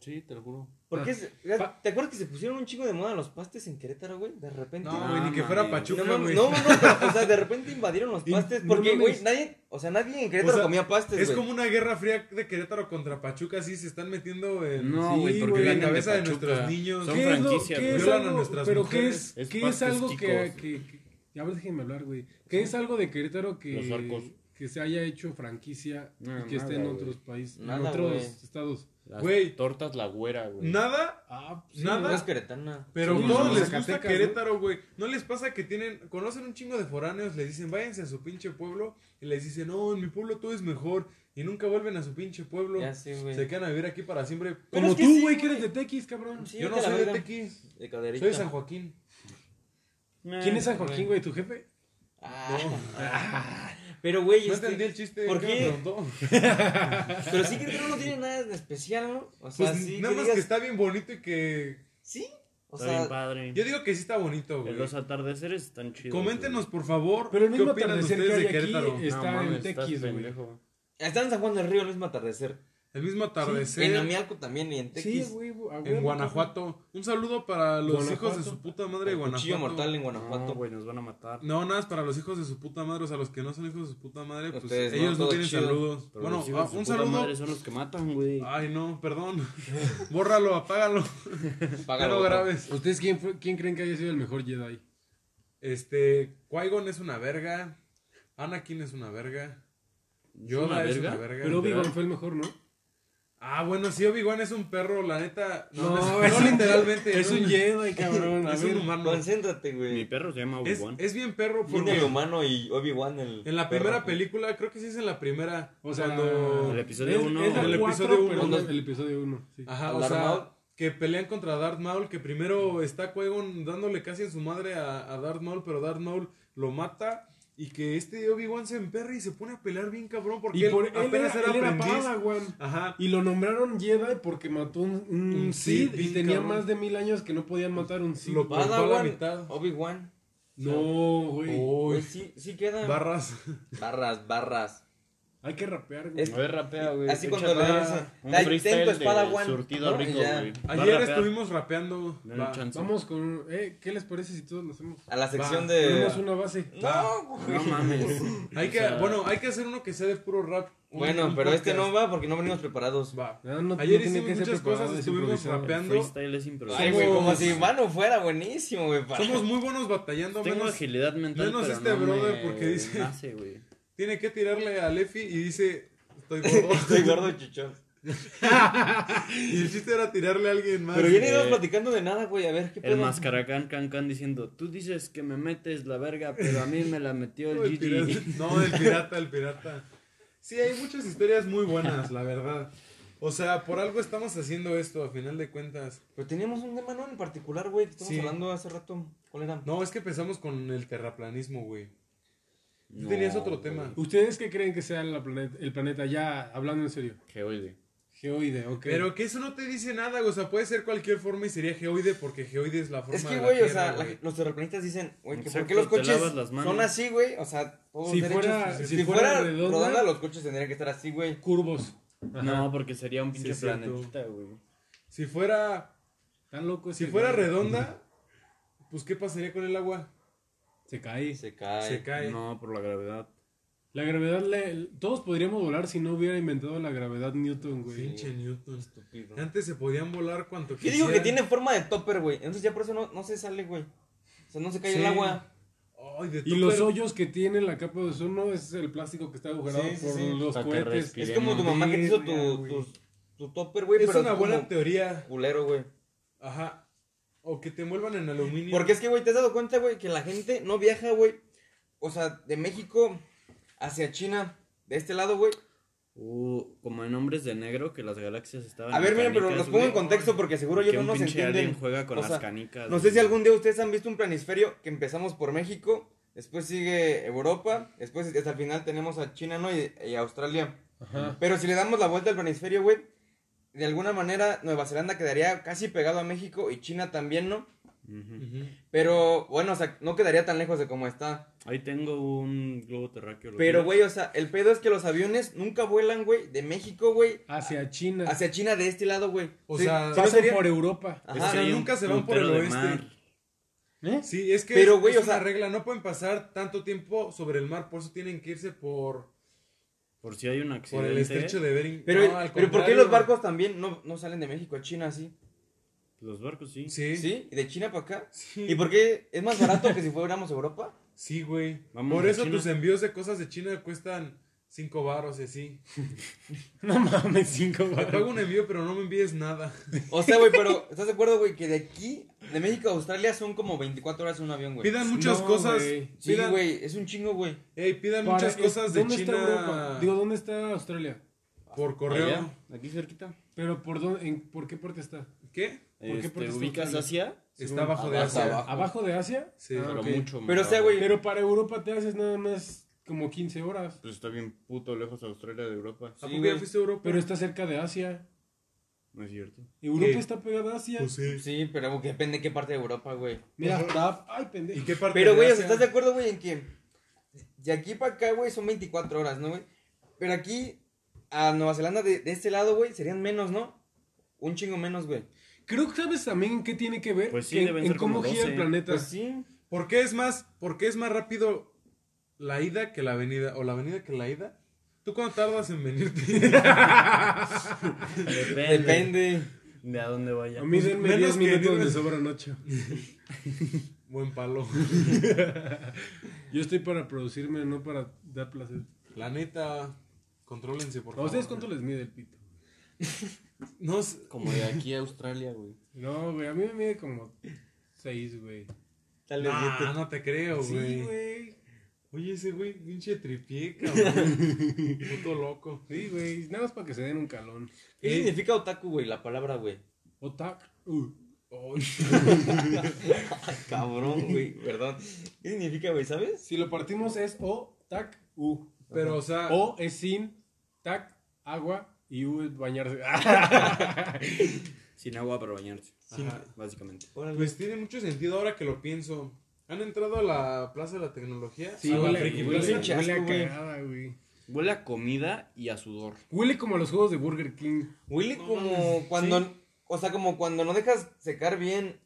S4: Sí, te lo juro.
S2: Ah.
S3: ¿Por qué? se-
S2: Pa-
S3: ¿Te acuerdas que se pusieron un chingo de moda los pastes en Querétaro, güey? De repente. Ah,
S1: No, güey, ni que fuera
S4: mames.
S1: Pachuca,
S3: no,
S1: güey.
S3: mames, no, no, pero, o sea, de repente invadieron los
S2: Y-
S3: pastes.
S2: no
S3: Porque,
S2: mames.
S3: güey, nadie, o sea, nadie en Querétaro
S1: O sea,
S3: comía pastes,
S1: Es
S3: güey.
S1: como una guerra fría de Querétaro contra Pachuca, así se están metiendo en...
S4: No,
S2: Sí,
S4: güey, porque
S2: güey,
S4: vienen
S1: la cabeza de
S4: Pachuca.
S1: nuestros niños.
S4: Son
S1: ¿Qué
S2: es lo-
S4: franquicia,
S2: qué
S4: güey.
S2: es
S1: Violan a
S2: algo-
S1: nuestras
S2: pero
S1: mujeres.
S2: ¿qué es,
S4: Es
S2: qué es
S4: partes
S2: algo que,
S4: quicos.
S2: que, que- Ya ves, déjenme hablar, güey. ¿Qué es algo de Querétaro
S4: Los arcos.
S2: que, que se haya hecho franquicia
S4: No,
S2: y que esté en
S4: nada,
S2: otros países, en
S3: Nada,
S2: otros
S3: güey.
S2: estados?
S4: Las
S1: Güey.
S4: tortas la güera, güey.
S1: Nada,
S2: Ah, pues,
S3: Sí,
S1: nada.
S3: no es queretana.
S1: pero
S2: Sí,
S1: todos
S2: no,
S1: les
S2: Zacatecas,
S1: gusta
S2: ¿no?
S1: Querétaro, güey. ¿no? les pasa que tienen... Conocen un chingo de foráneos, les dicen, váyanse a su pinche pueblo. Y les dicen, no, en mi pueblo todo es mejor. Y nunca vuelven a su pinche pueblo.
S3: Ya sé, güey.
S1: Se quedan a vivir aquí para siempre.
S3: Pero
S2: Como
S3: es que
S2: tú,
S3: sí,
S2: güey, que
S3: güey.
S2: eres de Tequis, cabrón.
S3: Sí,
S1: Yo no
S3: vete a la
S1: soy de
S3: verga.
S1: Tequis.
S3: De caderita.
S1: Soy de San Joaquín.
S2: ¿Quién es San Joaquín, güey? ¿Tu jefe?
S3: Ah. (laughs) Pero, güey,
S1: No
S3: este-
S1: entendí el chiste.
S3: ¿por
S1: que
S3: qué?
S1: me
S3: (laughs)
S1: preguntó.
S3: pero sí Querétaro no tiene nada en especial, ¿no? O sea,
S1: Pues
S3: sí.
S1: nada
S3: que
S1: más
S3: digas-
S1: que está bien bonito y que...
S3: Sí. O
S4: Está bien
S3: sea,
S4: padre.
S1: Yo digo que sí está bonito, güey.
S4: Los atardeceres están chidos.
S1: Coméntenos, por favor,
S2: Pero el
S1: qué
S2: mismo
S1: opinan
S2: atardecer
S1: ustedes
S2: que hay
S1: de
S2: aquí
S1: Querétaro.
S2: es- está en Tequis, güey.
S3: está en San Juan del Río, no es atardecer.
S1: El mismo atardecer
S3: En Amialco también y en Tequis.
S2: Sí, güey. a
S1: en
S2: huevo,
S1: Guanajuato. Un saludo para los
S2: Guanajuato.
S1: hijos de su puta madre de
S3: El
S1: Guanajuato.
S3: Cuchillo mortal en
S4: No,
S3: Guanajuato.
S4: güey, nos van a matar.
S1: No, nada, es para los hijos de su puta madre. O sea, los que no son hijos de su puta madre, pues
S3: Ustedes, ¿no?
S1: ellos no,
S3: Todo
S1: tienen
S3: chido.
S1: saludos.
S4: Pero
S1: bueno,
S4: los hijos
S1: ah,
S4: de su
S1: un
S4: puta
S1: saludo. Ah,
S4: madre son los que matan, güey.
S1: Ay, no, perdón. Bórralo, apágalo. Ya
S3: Págalo,
S1: no
S3: güey.
S1: grabes.
S2: ¿Ustedes quién, fue- quién creen que haya sido el mejor Jedi?
S1: Este, Qui-Gon es una verga. Anakin es una verga. Yoda es una verga.
S2: Pero
S1: literal.
S2: Obi-Wan fue el mejor, ¿no?
S1: Ah, bueno, sí, Obi-Wan es un perro, la neta. No, no, (laughs)
S2: es un-
S1: literalmente.
S2: Es un Jedi, cabrón.
S1: (laughs)
S2: A
S1: Es un
S2: ver.
S1: humano. Es,
S3: Concéntrate,
S4: Mi
S3: güey.
S4: perro se llama Obi-Wan.
S1: es bien perro
S3: Porque el
S1: porque
S3: humano y Obi-Wan el
S1: en la
S3: perro.
S1: primera película, creo que sí es en la primera.
S2: O sea,
S1: cuando-
S4: El episodio
S2: es-
S4: uno.
S2: es la
S1: El
S2: cuatro,
S1: episodio
S2: pero
S1: uno. Ah,
S2: no- El episodio 1.
S1: Ajá, o
S3: Darth Maul.
S1: sea, que pelean contra Darth Maul, que primero está Qui-Gon dándole casi en su madre a, a Darth Maul, pero Darth Maul lo mata. Y que este Obi-Wan se emperra y se pone a pelear bien cabrón porque
S2: Y por
S1: él
S2: él,
S1: apenas
S2: era, él
S1: era
S2: era
S1: aprendiz.
S2: Padawan.
S1: Ajá.
S2: Y lo nombraron Jedi porque mató un, un,
S1: Un Sith,
S2: Sith y
S1: bien
S2: tenía
S1: cabrón.
S2: más de mil años que no podían matar un Sith.
S1: Lo-
S2: güey.
S1: Cortó a la
S3: Padawan,
S1: mitad.
S3: Obi-Wan.
S2: No, güey.
S3: Güey,
S1: Uy,
S3: sí, sí queda.
S1: barras.
S3: barras, barras.
S2: Hay que rapear, güey.
S3: Es-
S4: A ver, rapea, güey.
S3: Así
S4: Échale
S3: cuando le
S4: una-
S3: dicen,
S4: un
S3: "Ay,
S4: freestyle
S3: tengo espada,
S4: de
S3: Juan",
S4: surtido
S3: ¿no?
S4: rico,
S3: Y ya.
S4: güey. Va a
S1: Ayer
S4: rapear.
S1: estuvimos rapeando.
S4: Dale
S1: Va.
S4: chance.
S2: Vamos con... Eh, ¿Qué les parece si todos lo hacemos?
S3: A la sección
S1: Va,
S3: de
S2: Tenemos una base.
S1: Va.
S3: Eh. No, güey.
S4: No mames.
S1: Hay
S4: O
S1: que,
S4: sea,
S1: bueno, hay que hacer uno que sea de puro rap. Un-
S3: (laughs) Bueno,
S1: un
S3: pero este
S1: podcast.
S3: no va porque no venimos preparados.
S1: Va.
S2: Ah, No, no-
S1: Ayer
S2: no tiene
S1: hicimos
S2: que ser
S1: muchas
S2: preparado,
S1: cosas,
S2: es
S1: estuvimos
S2: improvisado.
S4: el
S1: rapeando.
S4: freestyle es improvisado.
S3: Ay, güey, como
S1: Somos-
S3: si mano fuera buenísimo, güey. para- (laughs)
S1: Somos muy buenos batallando,
S4: Tengo
S1: menos
S4: agilidad mental,
S1: menos
S4: pero
S1: este
S4: no
S1: brother,
S4: me
S1: porque dice-
S4: nace, güey.
S1: tiene que tirarle a Lefi y dice, estoy gordo.
S3: Estoy este gordo chichón.
S1: (laughs) y el chiste era tirarle a alguien más.
S3: Pero ya ni
S4: eh,
S3: estamos platicando de nada, güey. A ver, ¿qué
S4: El
S3: pedo?
S4: mascaracán can can diciendo, tú dices que me metes la verga, pero a mí me la metió
S3: (laughs)
S1: No, el
S4: el
S1: pirata,
S4: Gigi.
S1: no, el pirata, el pirata. Sí, hay muchas historias muy buenas, la verdad. O sea, por algo estamos haciendo esto, a final de cuentas.
S3: Pero teníamos un tema, ¿no? En particular, güey, que estamos
S1: Sí.
S3: hablando hace rato. ¿Cuál era?
S1: No, es que empezamos con el terraplanismo, güey. Tú tenías
S4: (laughs) No,
S1: otro
S4: güey.
S1: tema.
S2: ¿Ustedes qué creen que sea la planeta, el planeta? Ya, hablando en serio.
S4: Geoide.
S2: Geoide, ok.
S1: Pero que eso no te dice nada, güey. O sea, puede ser cualquier forma y sería geoide porque geoide es la forma
S3: Es que,
S1: de la
S3: güey, o
S1: Tierra,
S3: sea, la-
S1: güey.
S3: los terraplanistas dicen, güey, que ¿por
S4: Exacto,
S3: qué los
S4: te
S3: coches
S4: lavas las manos.
S3: son así, güey? O sea, todos
S2: Si
S3: derechos.
S2: fuera-
S3: si,
S2: si
S3: fuera,
S2: fuera redonda-
S3: rodando, los coches tendrían que estar así, güey.
S2: Curvos. Ajá.
S4: No, porque sería un pinche
S1: Sí, es cierto.
S4: planetita, güey.
S1: Si fuera,
S2: Está loco.
S1: si
S2: ese
S1: fuera
S2: güey.
S1: redonda, pues ¿qué pasaría con el agua?
S2: Se cae.
S3: Se cae.
S1: Se cae.
S4: No, por la gravedad.
S2: La gravedad, le- todos podríamos volar si no hubiera inventado la gravedad Newton, güey.
S1: Pinche Newton.
S3: Estúpido.
S1: Antes se podían volar cuanto
S3: Yo
S1: quisieran.
S3: digo que tiene forma de topper, güey. Entonces ya por eso no, no se sale, güey. O sea, no se cae
S1: Sí.
S3: el agua.
S1: Ay, de
S2: Y los
S1: topper.
S2: hoyos que tiene la capa de ozono es el plástico que está agujerado
S1: Sí, sí,
S2: por
S1: sí.
S2: los
S4: Para que
S2: cohetes.
S4: respire.
S3: Es como tu mamá que te hizo tu,
S2: Verga,
S3: tus- tu topper, güey.
S1: Es
S3: pero
S1: una
S3: tú
S1: buena
S3: como
S1: teoría.
S3: culero, güey.
S1: Ajá. O que te envuelvan en aluminio.
S3: Porque es que, güey, ¿te has dado cuenta, güey, que la gente no viaja, güey? O sea, de México hacia China, de este lado, güey.
S4: Uh, como en Hombres de Negro, que las galaxias estaban.
S3: A ver,
S4: en
S3: miren, pero los
S4: canicas,
S3: pongo en
S4: güey,
S3: contexto porque seguro
S4: que
S3: ellos no nos
S4: un pinche
S3: entienden.
S4: alien juega con
S3: O
S4: las
S3: sea,
S4: canicas.
S3: No sé
S4: güey.
S3: si algún día ustedes han visto un planisferio que empezamos por México, después sigue Europa, después hasta el final tenemos a China, ¿no? Y, y Australia.
S2: Ajá.
S3: Pero si le damos la vuelta al planisferio, güey, de alguna manera Nueva Zelanda quedaría casi pegado a México y China también, ¿no?
S4: Ujú.
S1: Ujú.
S3: Pero bueno, o sea, no quedaría tan lejos de como está.
S4: Ahí tengo un globo terráqueo. ¿lo
S3: Pero,
S4: tienes?
S3: güey, o sea, el pedo es que los aviones nunca vuelan, güey, de México, güey,
S2: Hacia China.
S3: hacia China de este lado, güey.
S1: O
S3: Sí,
S1: sea,
S3: sí, no
S2: Pasan
S3: sería-
S2: por Europa.
S3: Ajá.
S4: Es que
S1: Pero
S4: hay un
S1: nunca se van por el
S4: putero de
S1: oeste.
S4: mar.
S2: ¿Eh?
S1: Sí, es que
S3: Pero,
S1: es,
S3: güey,
S1: es
S3: o
S1: una
S3: sea-
S1: regla, no pueden pasar tanto tiempo sobre el mar, por eso tienen que irse por,
S4: Por si hay un
S1: por
S4: accidente.
S1: el estrecho de Bering.
S3: Pero,
S1: No, al
S3: pero ¿por qué los
S1: contrario.
S3: barcos también no, no salen de México a China así?
S4: Los barcos sí.
S1: Sí, sí,
S3: ¿Sí? ¿Y de China para acá? ¿Y por qué es más barato que si fuéramos a Europa?
S1: sí, güey.
S4: Vamos
S1: Por
S4: a
S1: eso
S4: China.
S1: tus envíos de cosas de China cuestan 5 baros y así.
S2: No mames, cinco
S1: Te
S2: baros.
S1: pago un envío, pero no me envíes nada.
S3: O sea, güey, pero ¿estás de acuerdo, güey? Que de aquí, de México a Australia, son como 24 horas en un avión, güey.
S1: Pidan muchas
S2: No,
S1: cosas.
S2: güey.
S3: Sí,
S1: pidan-
S3: güey, es un chingo, güey.
S1: Ey, pidan
S2: Para-
S1: muchas cosas de
S2: ¿Dónde está
S1: China
S2: Europa? Digo, ¿dónde está Australia?
S1: por correo.
S4: Allá, aquí cerquita.
S2: Pero ¿por, dónde, en, ¿por qué parte está?
S1: ¿Qué?
S2: qué
S4: Este,
S2: parte está
S4: ubicas
S2: Australia?
S4: Asia,
S1: Está abajo de
S3: Abajo,
S1: Asia.
S3: abajo.
S2: ¿Abajo de Asia? Ah,
S1: Sí,
S4: pero
S2: ok.
S4: mucho más.
S3: Pero, o sea, güey,
S2: Pero para Europa te haces nada más como 15 horas.
S4: Pues está bien puto lejos Australia de Europa.
S1: ¿A
S3: Sí,
S1: poco ya
S3: güey.
S1: fuiste a Europa?
S2: Pero está cerca de Asia.
S4: No es cierto.
S2: Europa
S1: Sí.
S2: está pegada a Asia.
S1: Pues sí.
S3: Sí, pero güey, depende de qué parte de Europa, güey.
S2: Mira, está- Ay,
S1: ¿Y
S2: pendejo.
S1: qué parte
S3: Pero,
S1: de
S3: güey, o
S1: Asia?
S3: sea, ¿estás de acuerdo, güey, en que de aquí para acá, güey, son 24 horas, ¿no, güey? Pero aquí, a Nueva Zelanda, de, de este lado, güey, serían menos, ¿no? Un chingo menos, güey. Pues
S2: Creo que sabes también qué tiene que ver
S4: Pues sí,
S2: en,
S4: deben
S2: en
S4: ser
S2: cómo
S4: como
S2: gira
S4: 12.
S2: el planeta.
S3: Pues sí.
S1: ¿Por qué es más, por qué es más rápido la ida que la venida? ¿O la venida que la ida? ¿Tú cuánto tardas en venirte? (laughs)
S4: Depende.
S3: Depende.
S4: De a dónde vaya.
S2: A mí denme
S1: Pues menos
S2: 10
S1: que
S2: minutos
S1: vives-
S2: me sobran 8.
S1: Buen palo.
S2: Yo estoy para producirme, no para dar placer.
S1: La neta, contrólense, por
S2: ¿A
S1: favor.
S2: ustedes cuánto les mide el pito?
S1: No, sé,
S4: Como de aquí a Australia, güey.
S2: No, güey, a mí me mide como 6, güey.
S3: Tal vez
S1: nah,
S3: siete.
S1: no te creo,
S2: Sí,
S1: Oh, güey.
S2: güey.
S1: Oye, ese güey, pinche tripié,
S3: (laughs)
S1: cabrón. Puto loco.
S2: Sí, güey. Nada más para que se den un calón.
S3: ¿Qué
S1: Eh.
S3: significa otaku, güey? La palabra, güey.
S2: Otak. Uh.
S1: Ay,
S3: (laughs) Cabrón, güey, perdón. ¿Qué significa, güey, sabes?
S2: Si lo partimos es O, tac, U.
S1: pero, o sea,
S2: O es sin, tac, agua y U es bañarse. (laughs)
S4: Sin agua para bañarse.
S1: Sin-
S4: Ajá, básicamente.
S1: pues tiene mucho sentido ahora que lo pienso. ¿Han entrado a la Plaza de la Tecnología?
S2: Sí,
S1: a la
S2: huele,
S1: Friki
S2: huele-
S1: Plaza.
S3: Pinche
S2: huele a
S3: asco, güey.
S2: cagada, güey.
S4: Huele a comida y a sudor.
S2: Huele como a los juegos de Burger King.
S3: Huele
S1: No
S3: como
S1: mames,
S3: cuando.
S1: sí.
S3: O sea, como cuando no dejas secar bien.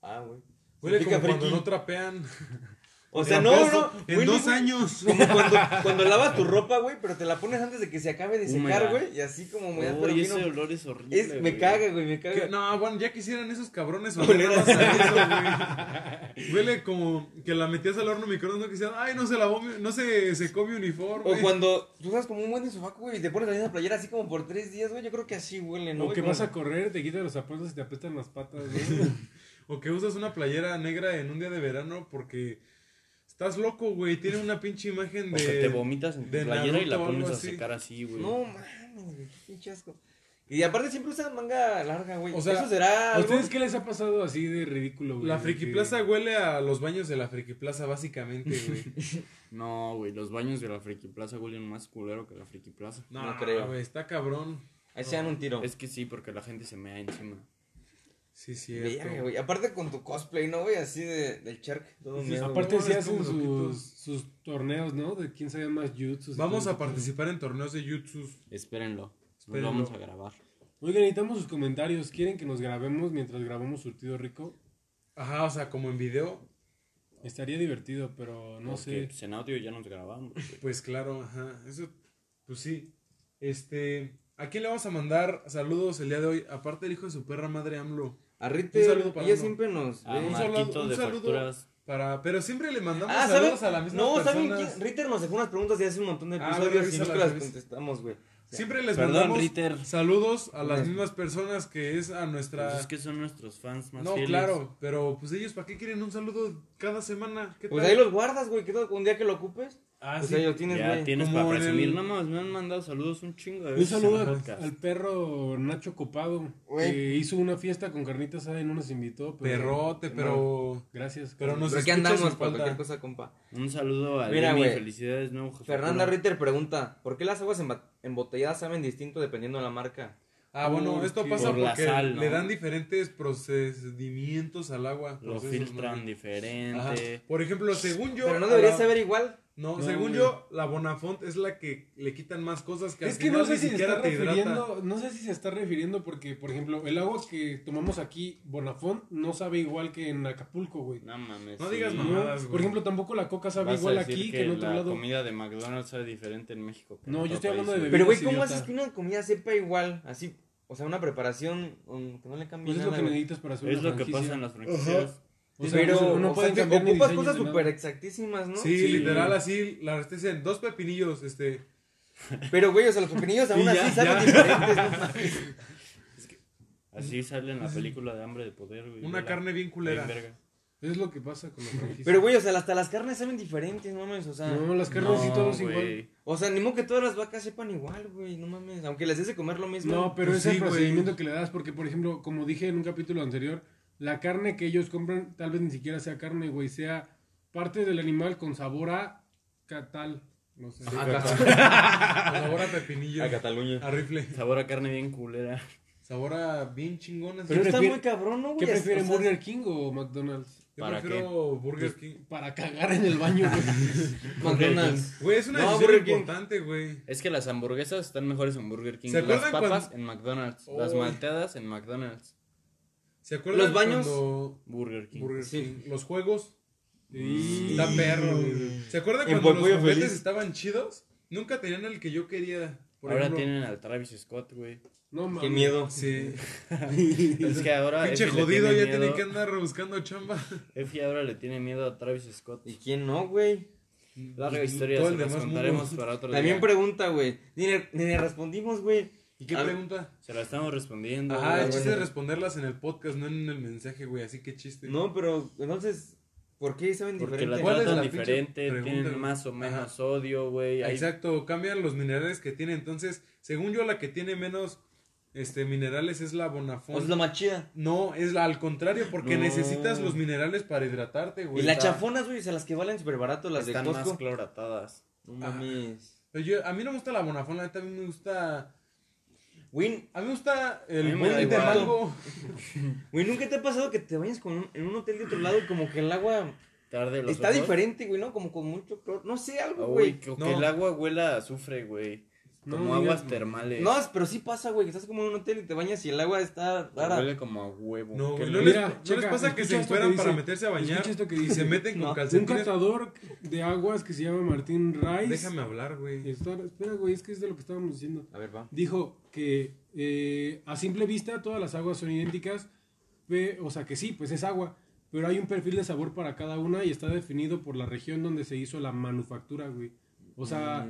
S3: Ah, güey.
S1: Huele como
S3: Significa
S1: cuando
S3: friki.
S1: no trapean.
S3: O sea, no, no.
S1: Tampoco, En
S3: huele,
S1: dos
S3: güey,
S1: años.
S3: Como
S1: (laughs)
S3: cuando, cuando lavas tu ropa, güey, pero te la pones antes de que se acabe de
S4: Húmeda.
S3: secar, güey. Y así como me da
S4: Uy, ese
S3: pero
S4: olor es horrible.
S3: es, Me
S4: güey.
S3: caga, güey, me
S1: Que-
S3: caga.
S1: no, bueno, ya quisieran esos cabrones
S3: Oler
S1: oler
S3: a-
S1: más a eso, güey. Huele como que la metías al horno microondas, no quisieran, ay, no se lavó, mi- no se secó mi uniforme.
S3: O cuando tú usas como un buen de sobaco, güey, y te pones la misma playera así como por tres días, güey. Yo creo que así huele, ¿no?
S2: o
S3: güey?
S2: que
S3: Como-
S2: vas a correr, te quitas los zapatos y te apestan las patas, güey.
S1: O que usas una playera negra en un día de verano porque estás loco, güey. Tiene una pinche imagen
S4: O
S1: de.
S4: que te vomitas en tu
S1: de
S4: playera y la
S1: Naruto o
S4: pones
S1: algo
S4: a
S1: así.
S4: secar así, güey.
S3: No mames, güey, qué pinche asco. Y aparte siempre usan manga larga, güey.
S1: O sea,
S3: Eso será
S2: ¿A
S3: algo.
S2: ustedes qué les ha pasado así de ridículo, güey?
S1: La
S2: De
S1: Friki
S2: que-
S1: Plaza huele a los baños de la Friki Plaza, básicamente, güey.
S4: No, güey. Los baños de la Friki Plaza huelen más culero que la Friki Plaza.
S1: No,
S3: No creo.
S1: güey, está cabrón.
S3: Ahí se dan un tiro.
S4: Es que sí, porque la gente se mea encima.
S1: Sí,
S3: Verga,
S1: cierto.
S3: güey. Aparte con tu cosplay, ¿no, güey? Así de, del Shark. Todo
S1: Sí,
S3: miedo,
S2: Aparte
S1: güey.
S2: sí
S1: Es
S2: hacen
S1: como
S2: sus,
S1: loquitos.
S2: sus torneos, ¿no? De quién sabe más jutsus. y
S1: Vamos
S2: todo
S1: a
S2: eso.
S1: participar en torneos de jutsu.
S4: Espérenlo. Nos
S1: Espérenlo.
S4: vamos a grabar.
S2: Oigan, necesitamos sus comentarios. ¿Quieren que nos grabemos mientras grabamos Surtido Rico?
S1: Ajá, o sea, como en video.
S2: Estaría divertido, pero no
S4: Porque,
S2: sé.
S4: pues, en audio ya nos grabamos. güey.
S1: Pues claro, ajá. Eso, pues sí. Este, ¿a quién le vamos a mandar saludos el día de hoy? Aparte el hijo de su perra madre AMLO.
S3: A Ritter,
S1: Un saludo para
S3: ella
S1: uno. Ah,
S3: siempre nos...
S4: A
S3: ve.
S1: saludo-
S4: Ah, Marquito
S1: un
S4: de
S1: saludo.
S4: Facturas.
S1: Para, pero siempre le mandamos
S3: Ah, ¿saben?
S1: saludos a la misma
S3: no,
S1: persona.
S3: ¿saben quién? Ritter nos dejó unas preguntas y hace un montón de
S1: Ah,
S3: episodios y
S1: revísalas,
S3: nunca las
S1: revísalas.
S3: contestamos, güey.
S1: Siempre les
S4: Perdón,
S1: mandamos
S4: Ritter.
S1: saludos a las
S3: Ujú.
S1: mismas personas que es a nuestra...
S4: Pues es que son nuestros fans más
S1: no,
S4: fieles.
S1: claro, pero pues ellos, ¿para qué quieren un saludo cada semana? ¿Qué
S3: Pues
S1: tal?
S3: ahí los guardas, güey. Que todo- un día que lo ocupes,
S1: Ah,
S3: pues
S1: sí.
S3: ahí lo tienes,
S4: Ya
S3: güey.
S4: tienes
S1: Como
S4: para
S1: en
S4: presumir.
S1: el-
S4: No mames, me han mandado saludos un chingo de
S2: Un
S4: veces en
S2: saludo
S4: el
S2: al,
S4: podcast.
S2: al perro Nacho Copado,
S3: Güey.
S2: que hizo una fiesta con carnitas asada y no nos invitó.
S3: pues,
S2: Pero
S1: Perrote,
S2: No,
S1: pero...
S2: Gracias.
S1: pero
S2: carnita.
S1: nos
S3: Pero aquí
S1: escucha sin
S3: andamos para
S1: falta. Pues,
S3: cualquier cosa, compa.
S4: Un saludo al
S3: Mira,
S4: Jimmy,
S3: güey.
S4: Felicidades, nuevo jefe.
S3: Fernanda Ritter pregunta, ¿por qué las aguas emba- embotelladas saben distinto dependiendo de la marca?
S1: Ah, bueno,
S2: Porque-
S1: esto pasa
S4: Por la
S1: porque
S4: sal, ¿no?
S1: le dan diferentes procedimientos al agua.
S4: Lo
S1: procesos,
S4: filtran
S1: ¿no? Ajá.
S4: diferente.
S1: Por ejemplo, según yo...
S3: Pero no
S1: a
S3: debería
S1: la-
S3: saber igual.
S1: No,
S2: No,
S1: según
S2: güey.
S1: yo, la Bonafont es la que le quitan más cosas que
S2: Es
S1: al
S2: que
S1: final
S2: no sé
S1: ni
S2: si se
S1: siquiera
S2: está
S1: te hidrata.
S2: refiriendo, no sé si se está refiriendo porque, por ejemplo, el agua que tomamos aquí, Bonafont, no sabe igual que en Acapulco, güey.
S4: No mames.
S1: No digas
S4: sí.
S2: No,
S1: mamadas, güey.
S2: por ejemplo, tampoco la coca sabe
S4: Vas a
S2: igual
S4: decir
S2: aquí que, en otro
S4: la
S2: lado.
S4: comida de McDonald's sabe diferente en México. que en
S2: No, yo
S4: otro
S2: estoy hablando
S4: país,
S2: de
S4: güey.
S3: Pero, güey, ¿cómo
S2: idiota.
S3: haces que una comida sepa igual? Así, o sea, una preparación um, que no le cambie
S2: Pues es lo
S3: nada,
S2: que
S3: güey.
S2: necesitas para hacer
S4: Es
S2: una
S4: lo que
S2: franquicia.
S4: pasa en las franquicias.
S2: O sea,
S3: Pero,
S2: no,
S3: no,
S2: no
S3: o sea,
S2: pueden
S3: que
S2: cambiar ni
S3: ocupas
S2: diseños
S3: cosas
S2: ni nada.
S3: súper exactísimas, ¿no?
S1: Sí,
S2: Sí.
S1: literal, así, la respuesta en dos pepinillos, este...
S3: Pero, güey, o sea, los pepinillos aún
S1: Y
S3: así
S1: ya,
S3: saben
S1: ya.
S3: diferentes.
S4: Así sale en la película de Hambre de Poder, güey.
S1: Una
S4: Vela.
S1: carne bien culera.
S4: Bien verga.
S2: Es lo que pasa
S4: (laughs)
S2: con las franquicias.
S3: Pero, güey, o sea, hasta las carnes saben diferentes, no mames, o sea.
S2: no, las carnes sí
S4: No,
S2: todos
S4: güey.
S2: igual.
S3: O sea, ni modo que todas las vacas sepan igual, güey, no mames. Aunque les des de comer lo mismo.
S2: No, pero
S1: Pues
S2: es el
S1: sí, güey.
S2: procedimiento que le das porque, por ejemplo, como dije en un capítulo anterior, la carne que ellos compran tal vez ni siquiera sea carne, güey, sea parte del animal con sabor a catal. No sé.
S1: Sabor a pepinillo.
S3: A Cataluña.
S1: A rifle.
S4: Sabor a carne bien culera.
S1: Sabor a bien chingón. así.
S3: Pero está
S2: prefiere-
S3: muy cabrón, ¿no,
S2: ¿Qué
S3: güey?
S2: prefieren,
S3: O sea,
S2: Burger King o McDonald's?
S1: Yo
S4: ¿para
S1: prefiero Burger King.
S2: Para cagar en el baño,
S3: (laughs)
S2: güey.
S3: McDonald's.
S1: Güey, es una
S3: No,
S1: decisión
S3: Burger King.
S1: importante, güey.
S4: Es que las hamburguesas están mejores en Burger King.
S1: ¿Se
S4: Las
S1: acuerdan
S4: papas en McDonald's. Las
S1: Uy.
S4: malteadas en McDonald's.
S1: ¿Se acuerdan
S3: Los baños.
S1: cuando
S4: Burger King.
S1: Burger
S3: Sí.
S1: King- Los juegos.
S2: Y-
S1: Está perro, güey. ¿Se acuerdan
S3: En
S1: cuando los
S3: Pollo
S1: juguetes
S3: Feliz.
S1: estaban chidos? Nunca tenían el que yo quería. Por
S4: ahora
S1: ejemplo.
S4: tienen al Travis
S1: (laughs)
S4: Scott, güey.
S2: No mames.
S3: Qué miedo.
S1: Sí.
S4: Es Ah, que ahora.
S1: Pinche
S4: Efi le
S1: jodido,
S4: tiene
S1: ya
S4: miedo-
S1: tiene que andar buscando chamba.
S4: Efi ahora le tiene miedo a Travis Scott.
S3: ¿Y quién no, güey?
S4: Larga historia,
S1: Todo
S4: se
S1: el
S4: las
S1: demás
S4: contaremos
S1: mundo.
S4: para otro
S3: También
S4: día.
S3: pregunta, güey. Ni le, ni le respondimos, güey.
S1: ¿Y qué
S3: A ver.
S1: pregunta?
S4: Se la estamos respondiendo.
S1: Ajá,
S4: güey.
S1: el chiste
S3: bueno.
S1: es responderlas en el podcast, no en el mensaje, güey. Así que chiste.
S3: No, pero entonces, ¿por qué saben
S4: Porque
S3: diferente?
S4: la
S1: ¿Cuál es
S4: tratan
S1: la pinche
S4: diferente,
S1: pregunta,
S4: tienen
S1: güey?
S4: más o menos odio, güey. Hay-
S1: Exacto, cambian los minerales que tiene. Entonces, según yo, la que tiene menos este, minerales es la Bonafont.
S3: O sea, la más chida.
S1: No, es la- al contrario, porque
S4: No.
S1: necesitas los minerales para hidratarte, güey.
S3: y las
S1: Está-
S3: chafonas, güey, o sea, las que valen súper barato, las
S4: Están
S3: de
S4: más Ah.
S3: Costco.
S4: cloratadas.
S3: No mames.
S1: Pero pues, yo- a mí no me gusta la Bonafont, a mí me gusta.
S3: Güey,
S1: A mí me gusta
S4: A mí
S1: el
S4: me
S1: buen
S4: da
S1: de
S4: igual.
S1: mango.
S3: güey, ¿nunca te ha pasado que te vayas con un- en un hotel de otro lado y como que el agua
S4: Tarde los
S3: está
S4: ojos.
S3: diferente, güey, ¿no? Como con mucho cloro. No sé, algo,
S4: Uy,
S3: güey.
S4: que, o
S1: No.
S4: que el agua huela a azufre, güey.
S2: No
S4: Como
S2: digas-
S4: aguas termales.
S3: No, pero sí pasa, güey, que estás como en un hotel y te bañas y el agua está
S4: Que
S3: rara.
S4: Huele como a huevo.
S1: No,
S4: Que
S1: güey,
S4: lo-
S1: no les,
S2: Mira,
S1: no les
S2: checa,
S1: pasa que
S2: escucha
S1: se
S2: esto que
S1: encueran para
S2: dice.
S1: meterse a bañar
S2: Escucha esto que
S1: y se
S2: dice.
S1: meten con
S3: No, un
S2: Un
S1: calcetines.
S2: catador de aguas que se llama Martín Rice.
S1: Déjame hablar, güey.
S2: Está- Espera, güey, es que es de lo que estábamos diciendo.
S3: A ver, va.
S2: Dijo que eh, a simple vista todas las aguas son idénticas, pe- o sea que sí, pues es agua, pero hay un perfil de sabor para cada una y está definido por la región donde se hizo la manufactura, güey. O sea,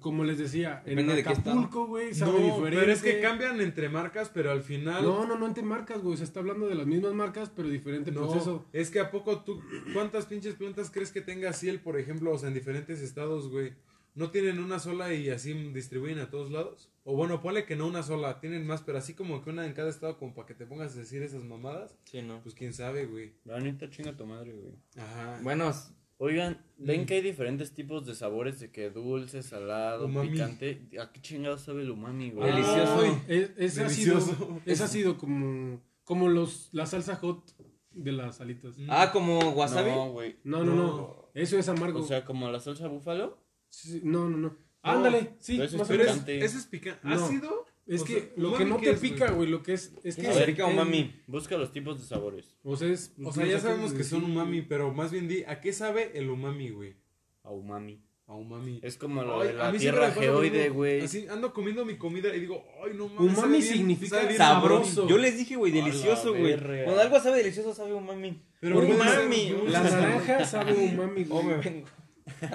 S2: como les decía, en
S3: Mm. Depende de qué
S2: Acapulco, güey,
S1: No,
S2: sabe diferente.
S1: pero es que cambian entre marcas, pero al final.
S2: No, no, no entre marcas, güey, o sea, está hablando de las mismas marcas, pero diferente
S1: No,
S2: proceso.
S1: es que a poco tú, ¿cuántas pinches plantas crees que tenga Ciel, por ejemplo, o sea, en diferentes estados, güey? ¿No tienen una sola y así distribuyen a todos lados? O bueno, ponle que no una sola, tienen más, pero así como que una en cada estado, como para que te pongas a decir esas mamadas,
S3: Sí, no.
S1: pues quién sabe, güey. Mm.
S4: La neta chinga tu madre, güey.
S1: Ajá.
S3: Bueno,
S4: Oigan,
S1: Mm.
S4: ven que hay diferentes tipos de sabores de que dulce, salado,
S1: Umami.
S4: picante. ¿A qué chingado sabe el umami, güey?
S3: Delicioso.
S1: Ay,
S2: Ah, Es, es ácido,
S1: Ah, delicioso.
S2: es ácido como Como los, la salsa hot de las alitas.
S1: Mm.
S3: Ah, como wasabi.
S4: No, güey.
S2: No, no, no,
S1: No.
S2: Eso es amargo.
S4: O sea, como la salsa búfalo.
S2: Sí, sí, no, no, no. Ándale, sí,
S4: pero eso es
S2: más o
S1: Pero
S2: menos.
S1: es,
S4: picante.
S1: ese es picante.
S2: No.
S1: ¿Ácido?
S2: Es
S1: O
S2: que
S1: sea,
S2: lo que
S1: umami,
S2: no
S1: ¿qué
S2: te
S1: es, güey?
S2: pica, güey, lo que es. Es que.
S3: A ver, ¿qué umami?
S4: Busca los tipos de sabores.
S2: O sea, es.
S1: O sea,
S2: no
S1: ya
S2: sé
S1: sabemos
S2: qué
S1: que son
S2: decir.
S1: umami, pero más bien di, ¿a qué sabe el umami, güey?
S4: A umami.
S1: A umami.
S4: Es como lo
S1: Ay,
S4: de
S1: a
S4: la
S1: mí siempre
S4: tierra
S1: me pasa lo
S4: geoide,
S1: mismo.
S4: güey.
S1: Así ando comiendo mi comida y digo, ay, no mames.
S2: Umami
S1: sabe bien-
S2: significa
S1: sabe bien
S2: sabroso.
S3: Yo les dije, güey,
S4: A la
S3: delicioso, güey.
S4: verga.
S3: Cuando algo sabe delicioso, sabe umami.
S1: Pero
S2: Umami.
S1: puede ser-
S3: La
S1: puede
S2: La
S1: ser-
S2: naranja sabe umami,
S3: (laughs) Oh, me
S2: güey.
S3: vengo.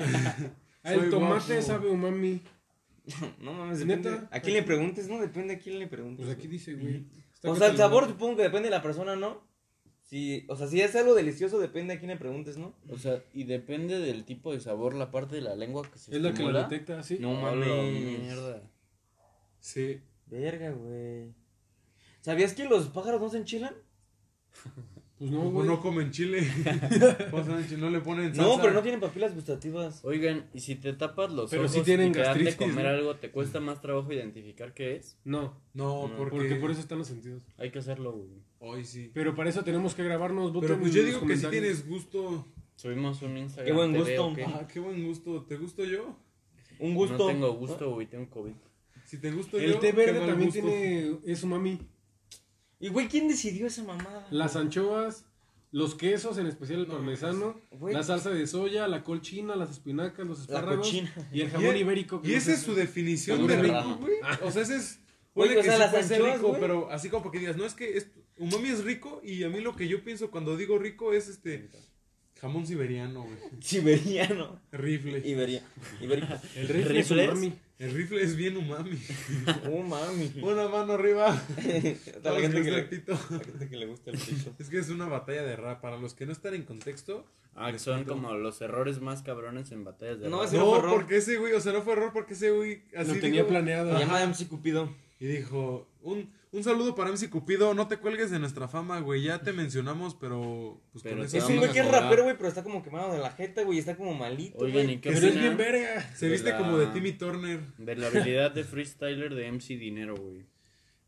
S2: Ah, el
S1: Soy
S2: tomate
S1: guapo.
S2: sabe umami.
S3: No mames,
S2: ¿Neta?
S3: depende. ¿A quién le preguntes? No, depende a quién le preguntes.
S2: Pues aquí dice, güey. Está
S3: o sea, el sabor
S2: catalogado.
S3: supongo que depende de la persona, ¿no? Si, o sea, si es algo delicioso, depende a quién le preguntes, ¿no?
S4: O sea, y depende del tipo de sabor, la parte de la lengua que se
S2: Es la que lo
S4: estimula.
S2: detecta, sí.
S4: No
S3: A la
S4: mames.
S3: mierda.
S1: Sí.
S3: Verga, güey. ¿Sabías que los pájaros no se enchilan?
S2: Pues
S1: No,
S2: no, güey.
S1: comen chile.
S2: (laughs)
S1: O sea, si (laughs) no le ponen salsa.
S3: No, pero no tienen papilas gustativas.
S4: Oigan, y si te tapas los
S2: Pero
S4: ojos
S2: sí tienen
S4: y te dan de
S2: gastritis,
S4: comer
S2: ¿no?
S4: algo, ¿te cuesta más trabajo identificar qué es?
S2: No,
S3: Ah,
S1: No, porque...
S2: porque por eso están los sentidos.
S4: Hay que hacerlo, güey.
S1: Hoy sí.
S2: Pero para eso tenemos que grabarnos.
S1: Pero
S2: voten
S1: pues
S2: en
S1: yo
S2: los
S1: digo que si
S2: comentarios.
S1: tienes gusto.
S4: Subimos un Instagram.
S3: Qué buen
S4: TV,
S3: gusto.
S4: ¿o qué?
S1: Ah, qué buen gusto. ¿Te gusto yo?
S3: Un gusto.
S4: No tengo gusto, güey, tengo COVID.
S1: Si te gusto yo,
S2: El té
S1: qué
S2: verde
S1: mal
S2: también
S1: gusto.
S2: tiene. Es umami.
S3: Y, güey, ¿quién decidió esa mamada?
S2: Las anchoas, los quesos, en especial el parmesano,
S3: güey.
S2: la salsa de soya, la col china, las espinacas, los
S3: La
S2: espárragos
S3: cochina. (laughs)
S2: y el
S1: Y
S2: jamón
S1: e-
S2: ibérico. que
S1: Y
S2: no
S1: esa
S2: sé-
S1: es su definición
S4: Seguro
S1: de
S4: es
S1: rico,
S4: rama.
S1: güey. O sea, ese es.
S3: Güey,
S1: Puede
S3: o
S1: que
S3: sea,
S1: sí
S3: las
S1: puede ser
S3: anchoas,
S1: rico,
S3: güey.
S1: pero así como que digas, no es que es, umami es rico y a mí lo que yo pienso cuando digo rico es este jamón siberiano, güey.
S3: Siberiano.
S1: Rifle.
S3: Iberia. Ibérico.
S2: El rifle es
S4: ¿Rifles?
S2: umami.
S1: El rifle es bien umami.
S3: Oh, mami. (laughs)
S1: Una mano arriba.
S3: Para
S1: Para los
S3: la gente
S1: que
S3: que
S1: es
S3: le-
S1: lactito.
S3: (laughs) la gente que le gusta el pito.
S1: Es que es una batalla de rap. Para los que no están en contexto.
S4: Ah, que
S1: les
S4: son
S1: cuento.
S4: como los errores más cabrones en batallas de
S3: No,
S4: rap.
S3: ese-
S1: No,
S3: fue error.
S1: porque ese güey, o sea, no fue error porque ese güey así
S2: Lo tenía
S1: dijo,
S2: planeado.
S3: Se llama MC Cupido.
S1: Y dijo, un, un saludo para MC Cupido, no te cuelgues de nuestra fama, güey, ya te mencionamos, pero pues
S4: Pero
S1: con eso
S4: te
S3: Es
S4: vamos
S3: un güey
S4: a
S3: que es
S4: cobrar.
S3: rapero, güey, pero está como quemado de la jeta, güey. Está como malito.
S4: Oigan,
S3: güey.
S4: ¿y qué
S2: Pero es bien
S4: opinan
S2: verga.
S1: se
S4: de
S1: viste
S4: la-
S1: como de Timmy Turner.
S4: De la habilidad de freestyler de MC Dinero, güey.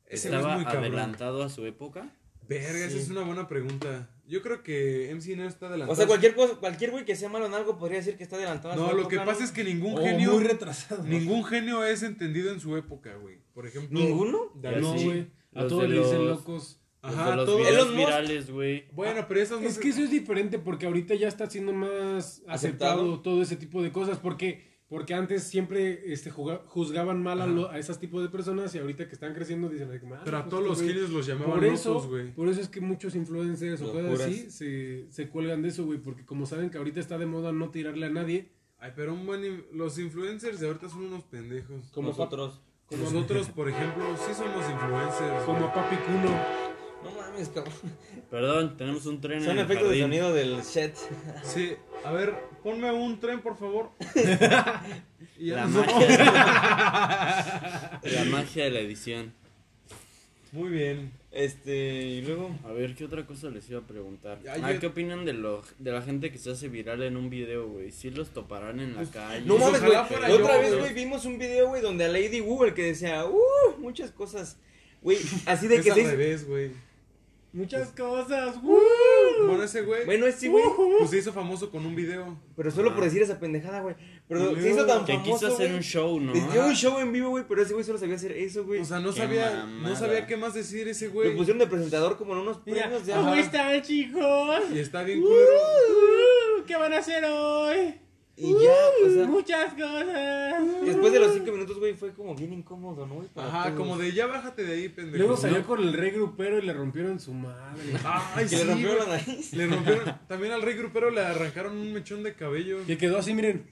S1: Ese güey es
S4: ¿Estaba
S1: muy cabrón.
S4: adelantado a su época?
S1: Verga, esa
S3: Sí.
S1: es una buena pregunta. Yo creo que MC no está adelantado.
S3: O sea, cualquier cosa, cualquier güey que sea malo en algo podría decir que está adelantado. a
S1: No,
S3: su
S1: lo que
S3: época,
S1: pasa es que ningún
S2: O
S1: genio
S2: muy retrasado.
S1: ningún genio es entendido en su época, güey. Por ejemplo,
S3: ¿Ninguno?
S1: Da
S2: No,
S1: Vinci.
S4: Sí.
S2: güey. A
S4: Los
S2: todos
S4: de
S2: le dicen
S4: los-
S2: locos.
S4: Los
S1: Ajá,
S4: de los
S1: todo-
S3: Elon
S4: videos
S3: Musk.
S4: virales, güey.
S1: Bueno, pero esas no
S2: Es
S1: se-
S2: que eso es diferente porque ahorita ya está siendo más aceptado,
S3: Aceptado.
S2: todo ese tipo de cosas porque porque antes siempre este juga- juzgaban mal a,
S1: Ajá.
S2: lo- a esas tipos de personas y ahorita que están creciendo dicen así como, ah,
S1: Pero a
S2: pues,
S1: todos los
S2: güey,
S1: genios los llamaban
S2: por eso,
S1: locos, güey.
S2: por eso es que muchos influencers o cosas
S3: Locuras.
S2: así se, se cuelgan de eso, güey, porque como saben que ahorita está de moda no tirarle a nadie,
S1: Ay, pero un buen in- los influencers de ahorita son unos pendejos.
S3: Como
S2: como,
S3: nosotros.
S1: Como Nosotros, por ejemplo, sí somos influencers.
S2: pa- como a Papi Cuno.
S3: No mames, cabrón.
S4: Perdón, tenemos un tren
S3: Son
S4: en el
S3: efectos de
S4: jardín.
S3: sonido del set.
S1: Sí, a ver, ponme un tren, por
S2: (laughs)
S1: favor. Y ya
S4: La
S1: nos vamos.
S4: magia. la magia de la edición.
S1: Muy bien.
S3: Este, y luego.
S4: A ver, ¿qué otra cosa les iba a preguntar?
S1: Ya,
S4: Ah,
S1: ya-
S4: ¿qué opinan de, lo, de la gente que se hace viral en un video, güey? ¿Sí los toparán en la calle?
S3: No
S1: Pues
S3: mames, güey.
S1: ojalá
S3: La
S1: fuera
S3: otra
S1: yo,
S3: vez,
S1: güey.
S3: güey, vimos un video, güey, donde a Lady Google que decía, uh, muchas cosas. Güey, así
S1: (laughs)
S3: de
S1: Es
S3: que
S1: al
S3: se hizo-
S1: revés, güey. Pues, uh,
S2: Muchas cosas.
S1: Bueno, ese güey
S3: Bueno, es sí, güey.
S1: pues, se hizo famoso con un video.
S3: Pero solo
S4: Ah.
S3: por decir esa pendejada, güey. Pero
S1: Y
S3: se hizo
S1: luego-
S3: tan
S4: Que
S3: famoso.
S4: quiso hacer
S3: güey.
S4: un show, ¿no?
S3: Les dio un show en vivo, güey, pero ese güey solo sabía hacer eso, güey.
S1: O sea, no
S4: Qué
S1: sabía,
S4: mamada.
S1: no sabía qué más decir ese
S3: Lo
S1: güey.
S3: pusieron de presentador como en unos
S2: Mira,
S3: premios de
S2: ¿Cómo
S3: Ajá.
S2: están, chicos?
S1: Y está bien culero.
S2: Uh, ¿Qué van a hacer hoy? Uh,
S3: Y ya, o sea,
S2: Muchas cosas.
S3: después de los
S2: Uh.
S3: cinco minutos, güey, fue como bien incómodo, ¿no, güey? Para
S1: Ajá,
S3: todos.
S1: como de ya bájate de ahí, pendejo.
S2: Luego
S1: ¿no?
S2: salió con el rey grupero y le rompieron su madre.
S1: Ay,
S3: Que
S1: sí,
S3: le rompieron
S1: güey.
S3: la nariz.
S1: Le rompieron- También al rey grupero le arrancaron un mechón de cabello.
S2: Que quedó así, miren.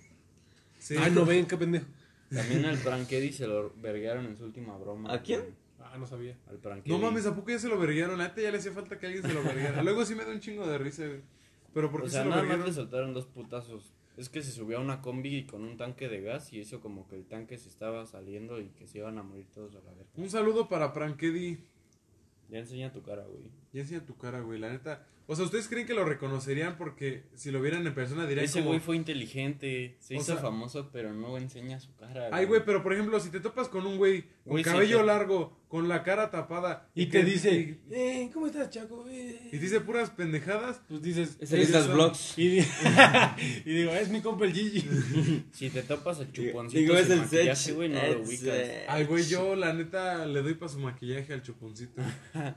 S1: Sí.
S2: Ay, Ah, no ven, qué pendejo.
S4: También al Prankedy se lo verguearon en su última broma.
S3: ¿A
S4: güey.
S3: quién?
S2: Ah, no sabía.
S4: Al Prankedy.
S1: No mames, ¿a poco ya se lo verguieron? La neta ya le hacía falta que alguien se lo verguiera. Luego sí me da un chingo de risa, güey. Pero ¿por qué
S4: O sea,
S1: se lo
S4: nada más
S1: verguieron?
S4: le soltaron dos putazos. Es que se subió a una combi con un tanque de gas y hizo como que el tanque se estaba saliendo y que se iban a morir todos a la verga.
S1: Un saludo para Prankedi.
S4: Ya enseña tu cara, güey.
S1: Ya enseña tu cara, güey, la neta. O sea, ¿ustedes creen que lo reconocerían porque si lo vieran en persona dirían
S4: Ese
S1: como...
S4: güey fue inteligente, se
S1: O
S4: hizo
S1: sea-
S4: famoso, pero no enseña su cara.
S1: Ay, güey, pero por ejemplo, si te topas con un güey con
S4: Güey, sí,
S1: cabello
S4: que-
S1: largo, con la cara tapada.
S2: Y
S1: que-
S2: te dice,
S1: Y,
S2: eh, ¿cómo estás, Chaco? Eh.
S1: y dice puras pendejadas.
S2: Pues dices,
S3: Es el Islas
S2: eso.
S3: Vlogs.
S2: Y, di- (laughs) y digo, es mi compa el Gigi.
S4: Si te topas a
S3: Digo,
S4: chuponcito
S3: digo, es
S4: sin
S3: el
S4: maquillaje,
S3: Sech.
S4: güey, no lo
S3: el
S4: ubicas.
S3: Sech.
S1: Al güey, yo la neta le doy para su maquillaje al chuponcito.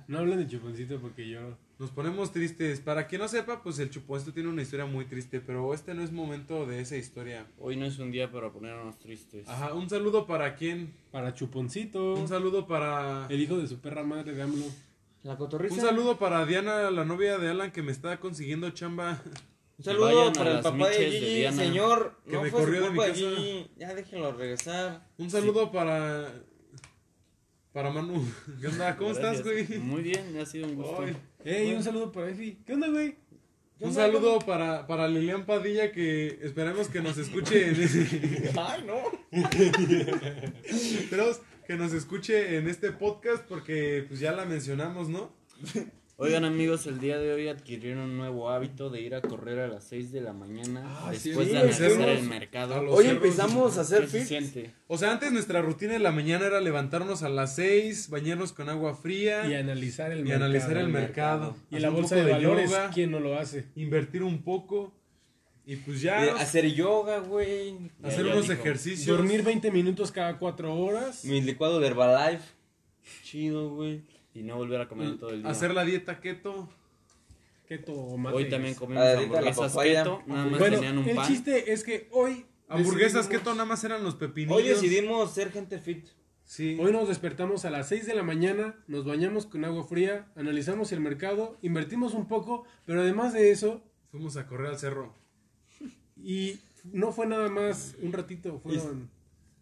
S2: No hablan de chuponcito porque yo.
S1: Nos ponemos tristes. Para quien no sepa, pues el chuponcito tiene una historia muy triste, pero este no es momento de esa historia.
S4: Hoy no es un día para ponernos tristes.
S1: Ajá, un saludo para quién.
S2: Para chuponcito.
S1: Un saludo para.
S2: El hijo de su perra madre de AMLO.
S3: La
S1: Un
S3: cotorriza.
S1: saludo para Diana, la novia de Alan, que me está consiguiendo chamba.
S3: Un saludo
S4: Vayan a
S3: para el
S4: las
S3: papá de
S4: miches de
S3: Gigi,
S4: Diana.
S3: señor.
S1: Que
S3: no
S1: me
S3: fue su
S1: corrió de mi
S3: culpa,
S1: casa.
S3: Gigi. Ya déjenlo regresar.
S1: Un saludo para. Para Manu. ¿Qué onda? ¿Cómo estás,
S4: Gracias. Mm.
S1: güey?
S4: Muy bien, ha sido un gusto.
S1: Ay.
S2: Ey, un saludo para Efi. ¿Qué onda, güey?
S3: ¿Qué
S1: Un
S3: onda,
S1: saludo para, para Lilian Padilla, que esperemos que nos escuche en este-
S3: Ay, no.
S1: esperemos que nos escuche en este podcast, porque pues ya la mencionamos, ¿no?
S4: Oigan amigos, el día de hoy adquirieron un nuevo hábito de ir a correr a las 6 de la mañana
S2: Ah, sí,
S4: después
S2: sí,
S4: de analizar
S1: hacemos-
S4: el
S1: a
S4: mercado.
S1: los-
S3: Hoy
S1: cerros-
S3: empezamos a hacer
S4: ¿Qué se
S3: fit.
S4: siente?
S1: O sea, antes nuestra rutina de la mañana era levantarnos a las 6, bañarnos con agua fría,
S2: Y analizar el
S1: y
S2: mercado.
S1: analizar el
S2: güey.
S1: mercado.
S2: Y
S1: hacer
S2: la
S1: un
S2: bolsa de,
S1: poco
S2: valores,
S1: yoga,
S2: ¿quién no lo hace?
S1: invertir un poco y pues ya
S3: Eh,
S1: nos-
S3: hacer yoga, güey.
S4: Ya,
S1: hacer
S4: ya
S1: unos
S4: dijo.
S1: ejercicios.
S2: Dormir 20 minutos cada 4 horas.
S3: Mi licuado de Herbalife. Chido, güey.
S4: Y no volver a comer en todo el día.
S1: Hacer la dieta keto.
S2: Keto o mate.
S4: Hoy también comimos
S3: Adicta a la
S4: hamburguesas
S3: papaya.
S4: keto, nada más
S2: Bueno,
S4: tenían un
S2: el
S4: pan.
S2: chiste es que hoy.
S1: Hamburguesas
S2: decidimos-
S1: keto nada más eran los pepinillos.
S3: Hoy decidimos ser gente fit.
S1: Sí.
S2: Hoy nos despertamos a las 6 de la mañana, nos bañamos con agua fría, analizamos el mercado, invertimos un poco, pero además de eso,
S1: Fuimos a correr al cerro.
S2: y no fue nada más un ratito, fueron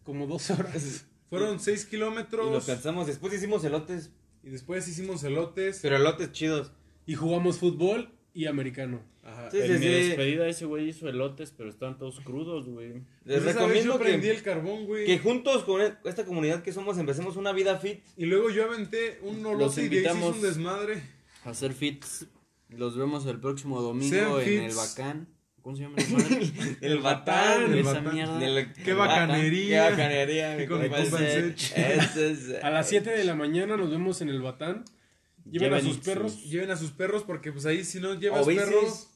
S2: como dos horas.
S1: Fueron 6
S3: Y nos
S1: kilómetros
S3: cansamos. Después hicimos elotes.
S1: y, después hicimos elotes.
S3: Pero elotes chidos.
S2: Y jugamos fútbol y americano.
S1: Ajá.
S3: Sí,
S4: en
S3: sí,
S4: mi
S3: sí.
S4: despedida ese güey hizo elotes, pero estaban todos crudos, güey.
S1: Pues
S3: Les
S1: esa vez
S3: recomiendo
S1: yo prendí
S3: que,
S1: el carbón, güey.
S3: que juntos con e- esta comunidad que somos empecemos una vida fit.
S1: Y luego yo aventé un olote y de ahí se hizo
S4: invitamos.
S1: un desmadre.
S4: Hacer fits. Los vemos el próximo domingo
S1: Sean
S4: en
S1: fits.
S4: el Bacán. ¿Cómo se llama? el lugar?
S1: (laughs)
S3: El
S1: batán,
S3: batán.
S1: el
S4: esa
S1: batán.
S4: mierda.
S3: del-
S1: Qué
S3: el
S1: bacanería.
S3: Qué bacanería. mi
S1: Y con
S3: compa
S1: mi compa
S3: ese.
S1: el Sech.
S3: Ese es-
S2: A las 7 de la mañana nos vemos en el Batán. Lleven a
S4: Lleven
S2: sus
S4: su-
S2: perros.
S1: Lleven a sus perros porque pues ahí si no llevas
S3: O bicis.
S1: perros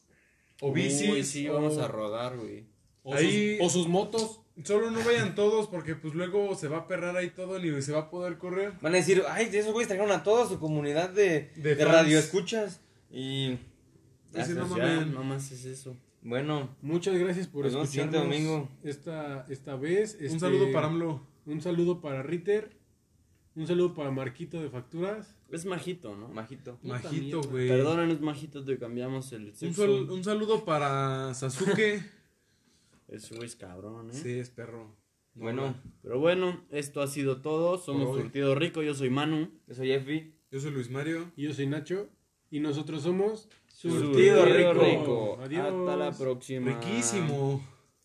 S1: Oh. o bicis.
S4: Uy, sí, vamos
S2: o-
S4: a rodar, güey.
S2: O,
S1: Ahí-
S2: sus, o sus motos.
S1: Solo no vayan todos porque pues luego se va a perrar ahí todo ni se va a poder correr.
S3: Van a decir, ay, esos güeyes trajeron a toda su comunidad de,
S1: De
S3: de,
S1: fans.
S3: radio escuchas. Y
S1: Así
S4: Pues
S1: no
S4: ya,
S1: mamen.
S4: nomás es eso.
S3: bueno,
S2: Muchas gracias por
S3: Nos vemos
S2: escucharnos
S3: siguiente domingo.
S2: Esta, esta vez.
S1: Un
S2: este,
S1: saludo para AMLO.
S2: Un saludo para Ritter. Un saludo para Marquito de Facturas.
S4: Es majito, ¿no?
S3: majito.
S1: Majito,
S2: mierda.
S1: güey.
S4: Perdónanos, majito, te cambiamos el
S1: Un,
S4: sexo.
S1: sol- un saludo para
S3: (laughs)
S1: Sasuke.
S4: Ese güey es cabrón, ¿eh?
S1: sí, es perro.
S3: Bueno,
S4: Pero bueno, esto ha sido todo. Somos
S1: Por hoy.
S4: Surtido Rico, yo soy Manu.
S3: yo soy Efi.
S1: Yo soy Luis Mario.
S2: Y yo soy Nacho. Y nosotros somos
S3: Surtido Rico.
S2: Adiós.
S4: Hasta la próxima.
S1: Riquísimo.